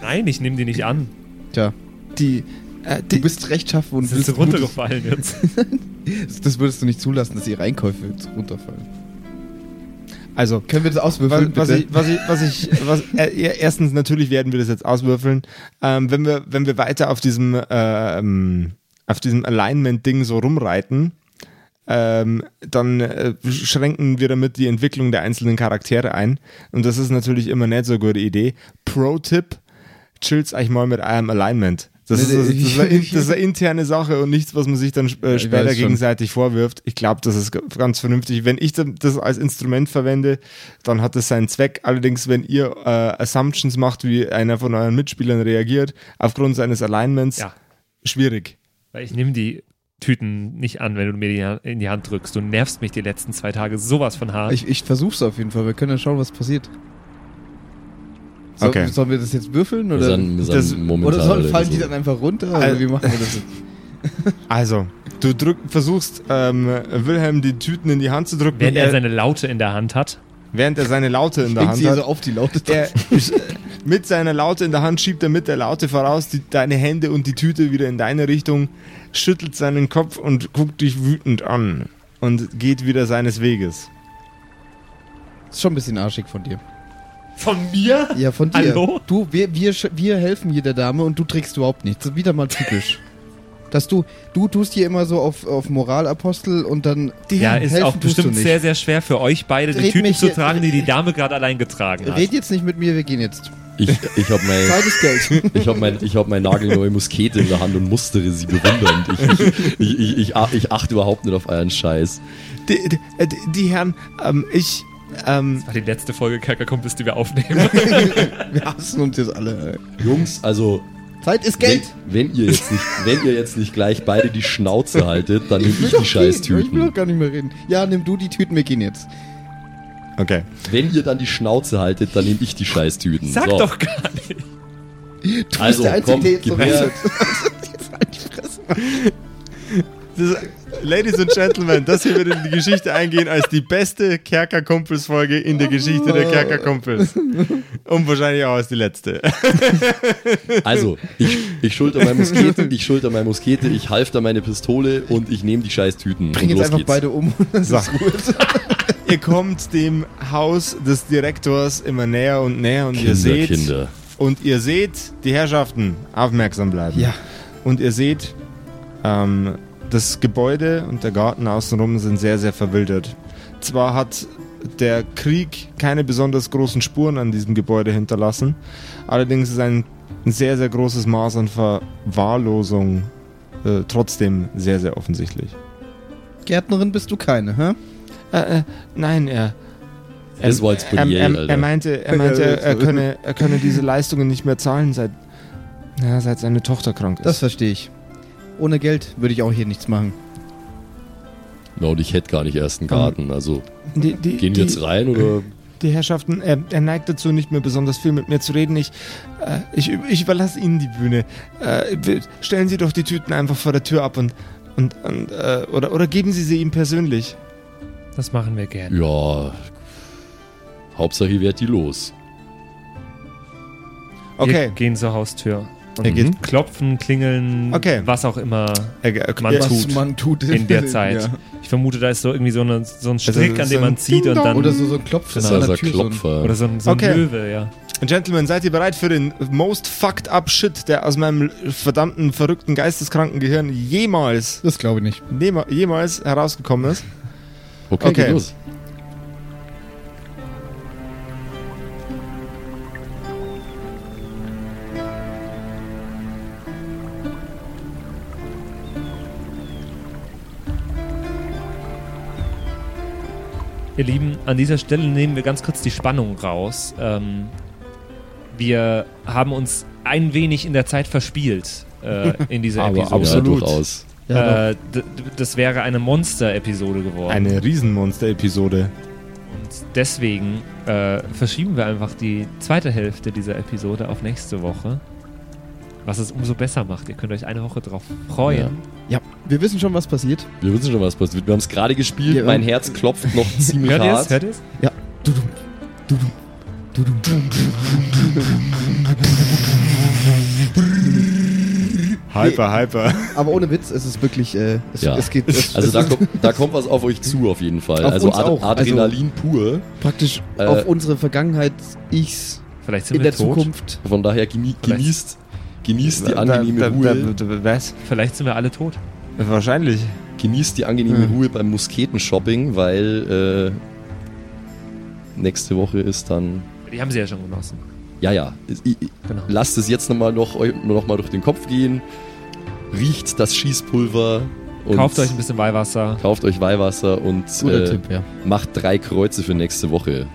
Speaker 4: Nein, ich nehme die nicht an.
Speaker 3: Tja,
Speaker 2: Die, äh,
Speaker 3: du
Speaker 2: die,
Speaker 3: bist rechtschaffen und
Speaker 4: Das
Speaker 3: willst
Speaker 4: ist
Speaker 3: Gutes.
Speaker 4: runtergefallen jetzt.
Speaker 3: Das würdest du nicht zulassen, dass ihre Einkäufe jetzt runterfallen.
Speaker 2: also,
Speaker 3: Können wir das
Speaker 2: was,
Speaker 3: auswürfeln,
Speaker 2: was
Speaker 3: bitte?
Speaker 2: ich, was ich, was ich, was, äh, ja, erstens natürlich werden wir das jetzt auswürfeln. Ähm, wenn wir, wenn wir weiter auf diesem, ähm, auf diesem Alignment-Ding so rumreiten, ähm, dann äh, schränken wir damit die Entwicklung der einzelnen Charaktere ein. Und das ist natürlich immer nicht so eine gute Idee. Pro-Tipp: chillt euch mal mit eurem Alignment. Das,
Speaker 3: Nee,
Speaker 2: ist, das, ist,
Speaker 3: nee,
Speaker 2: eine,
Speaker 3: ich-
Speaker 2: das ist eine interne Sache und nichts, was man sich dann äh,
Speaker 3: ich
Speaker 2: später
Speaker 3: weiß schon.
Speaker 2: gegenseitig vorwirft. Ich glaube, das ist g- ganz vernünftig. Wenn ich dann das als Instrument verwende, dann hat das seinen Zweck. Allerdings, wenn ihr äh, Assumptions macht, wie einer von euren Mitspielern reagiert, aufgrund seines Alignments,
Speaker 4: Ja.
Speaker 2: schwierig.
Speaker 4: Weil ich nehme die Tüten nicht an, wenn du mir die Ha- in die Hand drückst. Du nervst mich die letzten zwei Tage sowas von hart.
Speaker 3: Ich, ich versuch's auf jeden Fall. Wir können ja schauen, was passiert. So,
Speaker 2: Okay.
Speaker 3: Sollen wir das jetzt würfeln? Oder,
Speaker 2: das-
Speaker 3: oder sollen, fallen die dann einfach runter? Oder
Speaker 2: Also-
Speaker 3: wie machen wir das jetzt?
Speaker 2: Also, du drück, versuchst ähm, Wilhelm die Tüten in die Hand zu drücken,
Speaker 4: Wenn er
Speaker 2: er-
Speaker 4: seine Laute in der Hand hat.
Speaker 2: während er seine Laute in der
Speaker 3: Hängt
Speaker 2: Hand
Speaker 3: sie halt
Speaker 2: hat.
Speaker 3: so auf die Laute
Speaker 2: Er, äh, mit seiner Laute in der Hand schiebt er mit der Laute voraus die, deine Hände und die Tüte wieder in deine Richtung, schüttelt seinen Kopf und guckt dich wütend an und geht wieder seines Weges.
Speaker 3: Ist schon ein bisschen arschig von dir.
Speaker 4: Von mir?
Speaker 3: Ja, von dir.
Speaker 4: Hallo?
Speaker 3: Du, wir, wir, sch- wir helfen hier der Dame und du trägst überhaupt nichts. Das ist Wieder mal typisch. Dass du, du tust hier immer so auf, auf Moralapostel und dann die
Speaker 4: Ja, ist auch bestimmt sehr, sehr schwer für euch beide, die
Speaker 3: Red
Speaker 4: Tüten
Speaker 3: mich
Speaker 4: zu
Speaker 3: hier-
Speaker 4: tragen, die die Dame gerade allein getragen hat.
Speaker 3: Red jetzt nicht mit mir, wir gehen jetzt.
Speaker 1: Ich, ich habe mein,
Speaker 3: Zweites Geld.
Speaker 1: ich hab mein, ich hab meine nagelneue Muskete in der Hand und mustere sie bewundernd. Ich, ich, ich, ich, ach- ich achte überhaupt nicht auf euren Scheiß.
Speaker 2: Die, die, äh, die- die Herren, ähm, ich, ähm,
Speaker 4: Das war die letzte Folge Kerkerkumpels, die wir aufnehmen.
Speaker 3: wir hassen uns jetzt alle.
Speaker 1: Jungs, also
Speaker 3: Zeit ist Geld.
Speaker 1: Wenn, wenn, ihr jetzt nicht, wenn ihr jetzt nicht gleich beide die Schnauze haltet, dann nehme ich,
Speaker 3: doch
Speaker 1: die
Speaker 3: gehen. Ich will
Speaker 1: Scheißtüten.
Speaker 3: doch gar nicht mehr reden. Ja, nimm du die Tüten, wir gehen jetzt.
Speaker 2: okay.
Speaker 1: Wenn ihr dann die Schnauze haltet, dann nehme ich die Scheißtüten.
Speaker 4: Sag
Speaker 1: so,
Speaker 4: doch gar nicht.
Speaker 3: Du
Speaker 1: Also, komm,
Speaker 3: so
Speaker 1: gib her.
Speaker 3: redet. Jetzt halt die Fresse.
Speaker 2: Das, Ladies and Gentlemen, das hier wird in die Geschichte eingehen als die beste Kerkerkumpels-Folge in der Geschichte der Kerkerkumpels. Und wahrscheinlich auch als die letzte.
Speaker 1: Also, ich, ich schulter meine Muskete, ich schulter meine Muskete, ich halfter meine Pistole und ich nehme die Scheißtüten.
Speaker 3: Bring
Speaker 1: und
Speaker 3: jetzt
Speaker 1: los
Speaker 3: einfach
Speaker 1: geht's.
Speaker 3: beide um. Das
Speaker 2: So.
Speaker 3: ist gut.
Speaker 2: Ihr kommt dem Haus des Direktors immer näher und näher und ihr
Speaker 1: Kinder,
Speaker 2: seht
Speaker 1: Kinder.
Speaker 2: und ihr seht die Herrschaften aufmerksam bleiben.
Speaker 3: Ja.
Speaker 2: Und ihr seht ähm, das Gebäude und der Garten außenrum sind sehr sehr verwildert. Zwar hat der Krieg keine besonders großen Spuren an diesem Gebäude hinterlassen, allerdings ist ein sehr sehr großes Maß an Verwahrlosung äh, trotzdem sehr sehr offensichtlich.
Speaker 3: Gärtnerin bist du keine, hä?
Speaker 2: Äh, äh, nein, er.
Speaker 1: Das war jetzt
Speaker 2: er,
Speaker 1: Bonnier,
Speaker 2: er,
Speaker 1: Alter.
Speaker 2: er meinte, er, meinte er, könne, er könne diese Leistungen nicht mehr zahlen, seit, ja, seit seine Tochter krank ist.
Speaker 3: Das verstehe ich. Ohne Geld würde ich auch hier nichts machen.
Speaker 1: Na, und ich hätte gar nicht erst einen Garten. Also,
Speaker 2: die, die,
Speaker 1: gehen
Speaker 2: die,
Speaker 1: wir jetzt rein oder
Speaker 2: die Herrschaften, er, er neigt dazu, nicht mehr besonders viel mit mir zu reden. Ich, äh, ich, ich überlasse Ihnen die Bühne. Äh, wir- stellen Sie doch die Tüten einfach vor der Tür ab und Und, und, äh, oder, oder geben Sie sie ihm persönlich.
Speaker 4: Das machen wir gerne.
Speaker 1: Ja. Hauptsache, ihr werdet die los.
Speaker 2: Okay. Mhm.
Speaker 4: Wir gehen zur Haustür.
Speaker 2: Er geht-
Speaker 4: Klopfen, klingeln,
Speaker 2: Okay.
Speaker 4: was auch immer
Speaker 2: er- er-
Speaker 4: Man
Speaker 2: er-
Speaker 3: was
Speaker 4: tut.
Speaker 3: man tut
Speaker 4: in der Zeit. Ich vermute, da ist so irgendwie so, eine, so ein
Speaker 2: das
Speaker 4: Strick, an
Speaker 2: ist so
Speaker 4: dem
Speaker 2: ein
Speaker 4: man zieht und dann.
Speaker 3: Oder so, so ein Klopf
Speaker 1: Das
Speaker 3: an
Speaker 1: ist unser
Speaker 3: der Tür, so ein-
Speaker 1: Klopfer.
Speaker 4: oder so ein, so ein
Speaker 2: Okay.
Speaker 4: Löwe, ja.
Speaker 2: Gentlemen, seid ihr bereit für den most fucked up Shit, der aus meinem verdammten, verrückten, geisteskranken Gehirn jemals,
Speaker 3: Das glaube ich nicht.
Speaker 2: nema- jemals herausgekommen ist?
Speaker 1: okay,
Speaker 2: Okay.
Speaker 1: geht los.
Speaker 4: Ihr Lieben, an dieser Stelle nehmen wir ganz kurz die Spannung raus. Ähm, wir haben uns ein wenig in der Zeit verspielt äh, in dieser Episode.
Speaker 2: absolut.
Speaker 1: Ja, durchaus.
Speaker 4: Äh, d- d- das wäre eine Monster-Episode geworden.
Speaker 2: Eine Riesenmonster-Episode.
Speaker 4: Und deswegen äh, verschieben wir einfach die zweite Hälfte dieser Episode auf nächste Woche. Was es umso besser macht. Ihr könnt euch eine Woche drauf freuen.
Speaker 3: Ja, wir wissen schon, was passiert.
Speaker 1: Wir wissen schon, was passiert. Wir haben es gerade gespielt.
Speaker 3: Ja,
Speaker 1: mein
Speaker 3: ähm,
Speaker 1: Herz klopft noch ziemlich
Speaker 4: Hört ihr es?
Speaker 1: hart.
Speaker 4: Hört ihr es?
Speaker 2: Hyper, hyper.
Speaker 3: Aber ohne Witz, es ist wirklich, äh, es,
Speaker 1: Ja.
Speaker 3: es geht es,
Speaker 1: Also
Speaker 3: es
Speaker 1: da,
Speaker 3: ist
Speaker 1: kommt- da kommt was auf euch zu auf jeden Fall.
Speaker 3: Auf
Speaker 1: also
Speaker 3: uns
Speaker 1: Ad
Speaker 3: auch. Also-
Speaker 1: Adrenalin pur.
Speaker 3: praktisch
Speaker 1: Äh,
Speaker 3: auf unsere Vergangenheit, ichs
Speaker 4: Vielleicht sind
Speaker 3: in
Speaker 4: wir
Speaker 3: der
Speaker 4: tot.
Speaker 3: Zukunft.
Speaker 1: Von daher genie
Speaker 4: Vielleicht-
Speaker 1: genießt, genießt die angenehme Ruhe.
Speaker 2: Was?
Speaker 4: Vielleicht sind wir alle tot.
Speaker 2: Wahrscheinlich.
Speaker 1: genießt die angenehme
Speaker 3: Ja.
Speaker 4: Hm.
Speaker 1: Ruhe beim Musketenshopping, weil äh, nächste Woche ist dann.
Speaker 4: Die haben sie ja schon genossen.
Speaker 1: Ja, ja. I- i-
Speaker 4: Genau.
Speaker 1: Lasst es jetzt nochmal noch, eu- noch mal durch den Kopf gehen. Riecht das Schießpulver. Und
Speaker 4: Kauft euch ein bisschen Weihwasser.
Speaker 1: Kauft euch Weihwasser und äh,
Speaker 3: ja.
Speaker 1: macht drei Kreuze für nächste Woche.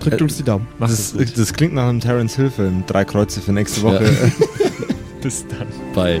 Speaker 3: Drückt
Speaker 1: äh,
Speaker 3: uns die Daumen.
Speaker 4: Macht es
Speaker 2: das,
Speaker 4: gut.
Speaker 2: das klingt nach einem Terence Hill Film. Drei Kreuze für nächste Woche.
Speaker 4: Bis dann.
Speaker 1: Bei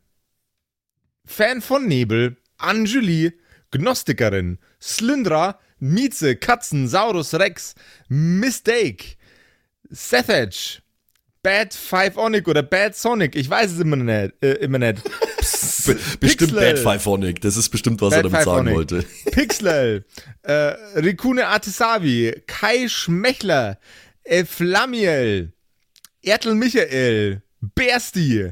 Speaker 2: Fan von Nebel, Anjuli, Gnostikerin, Slyndra, Mieze, Katzen, Saurus Rex, Mistake, Sethage, Bad Five Onic oder Bad Sonic, ich weiß es immer nicht. Äh, immer nicht.
Speaker 1: bestimmt
Speaker 2: Pixel.
Speaker 1: Bad Fiveonic. Das ist bestimmt, was er
Speaker 2: Bad
Speaker 1: damit sagen
Speaker 2: Fiveonic.
Speaker 1: wollte.
Speaker 2: Pixel, äh, Rikune Artisavi, Kai Schmechler, Eflamiel, Ertel Michael, Bersti,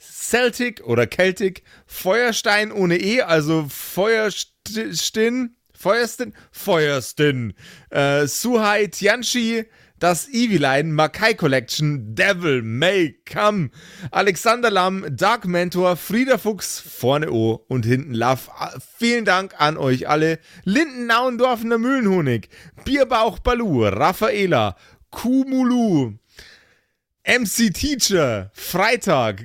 Speaker 2: Celtic oder Celtic, Feuerstein ohne E, also Feuerstin, Feuerstin, Feuerstin, äh, Suhai Tianchi, das Eviline, Makai Collection, Devil May Come, Alexander Lamm, Dark Mentor, Frieda Fuchs, vorne O und hinten Love. Ah, Vielen Dank an euch alle. Lindennauendorfener Mühlenhonig, Bierbauch Balu, Raffaela, Kumulu, MC Teacher, Freitag,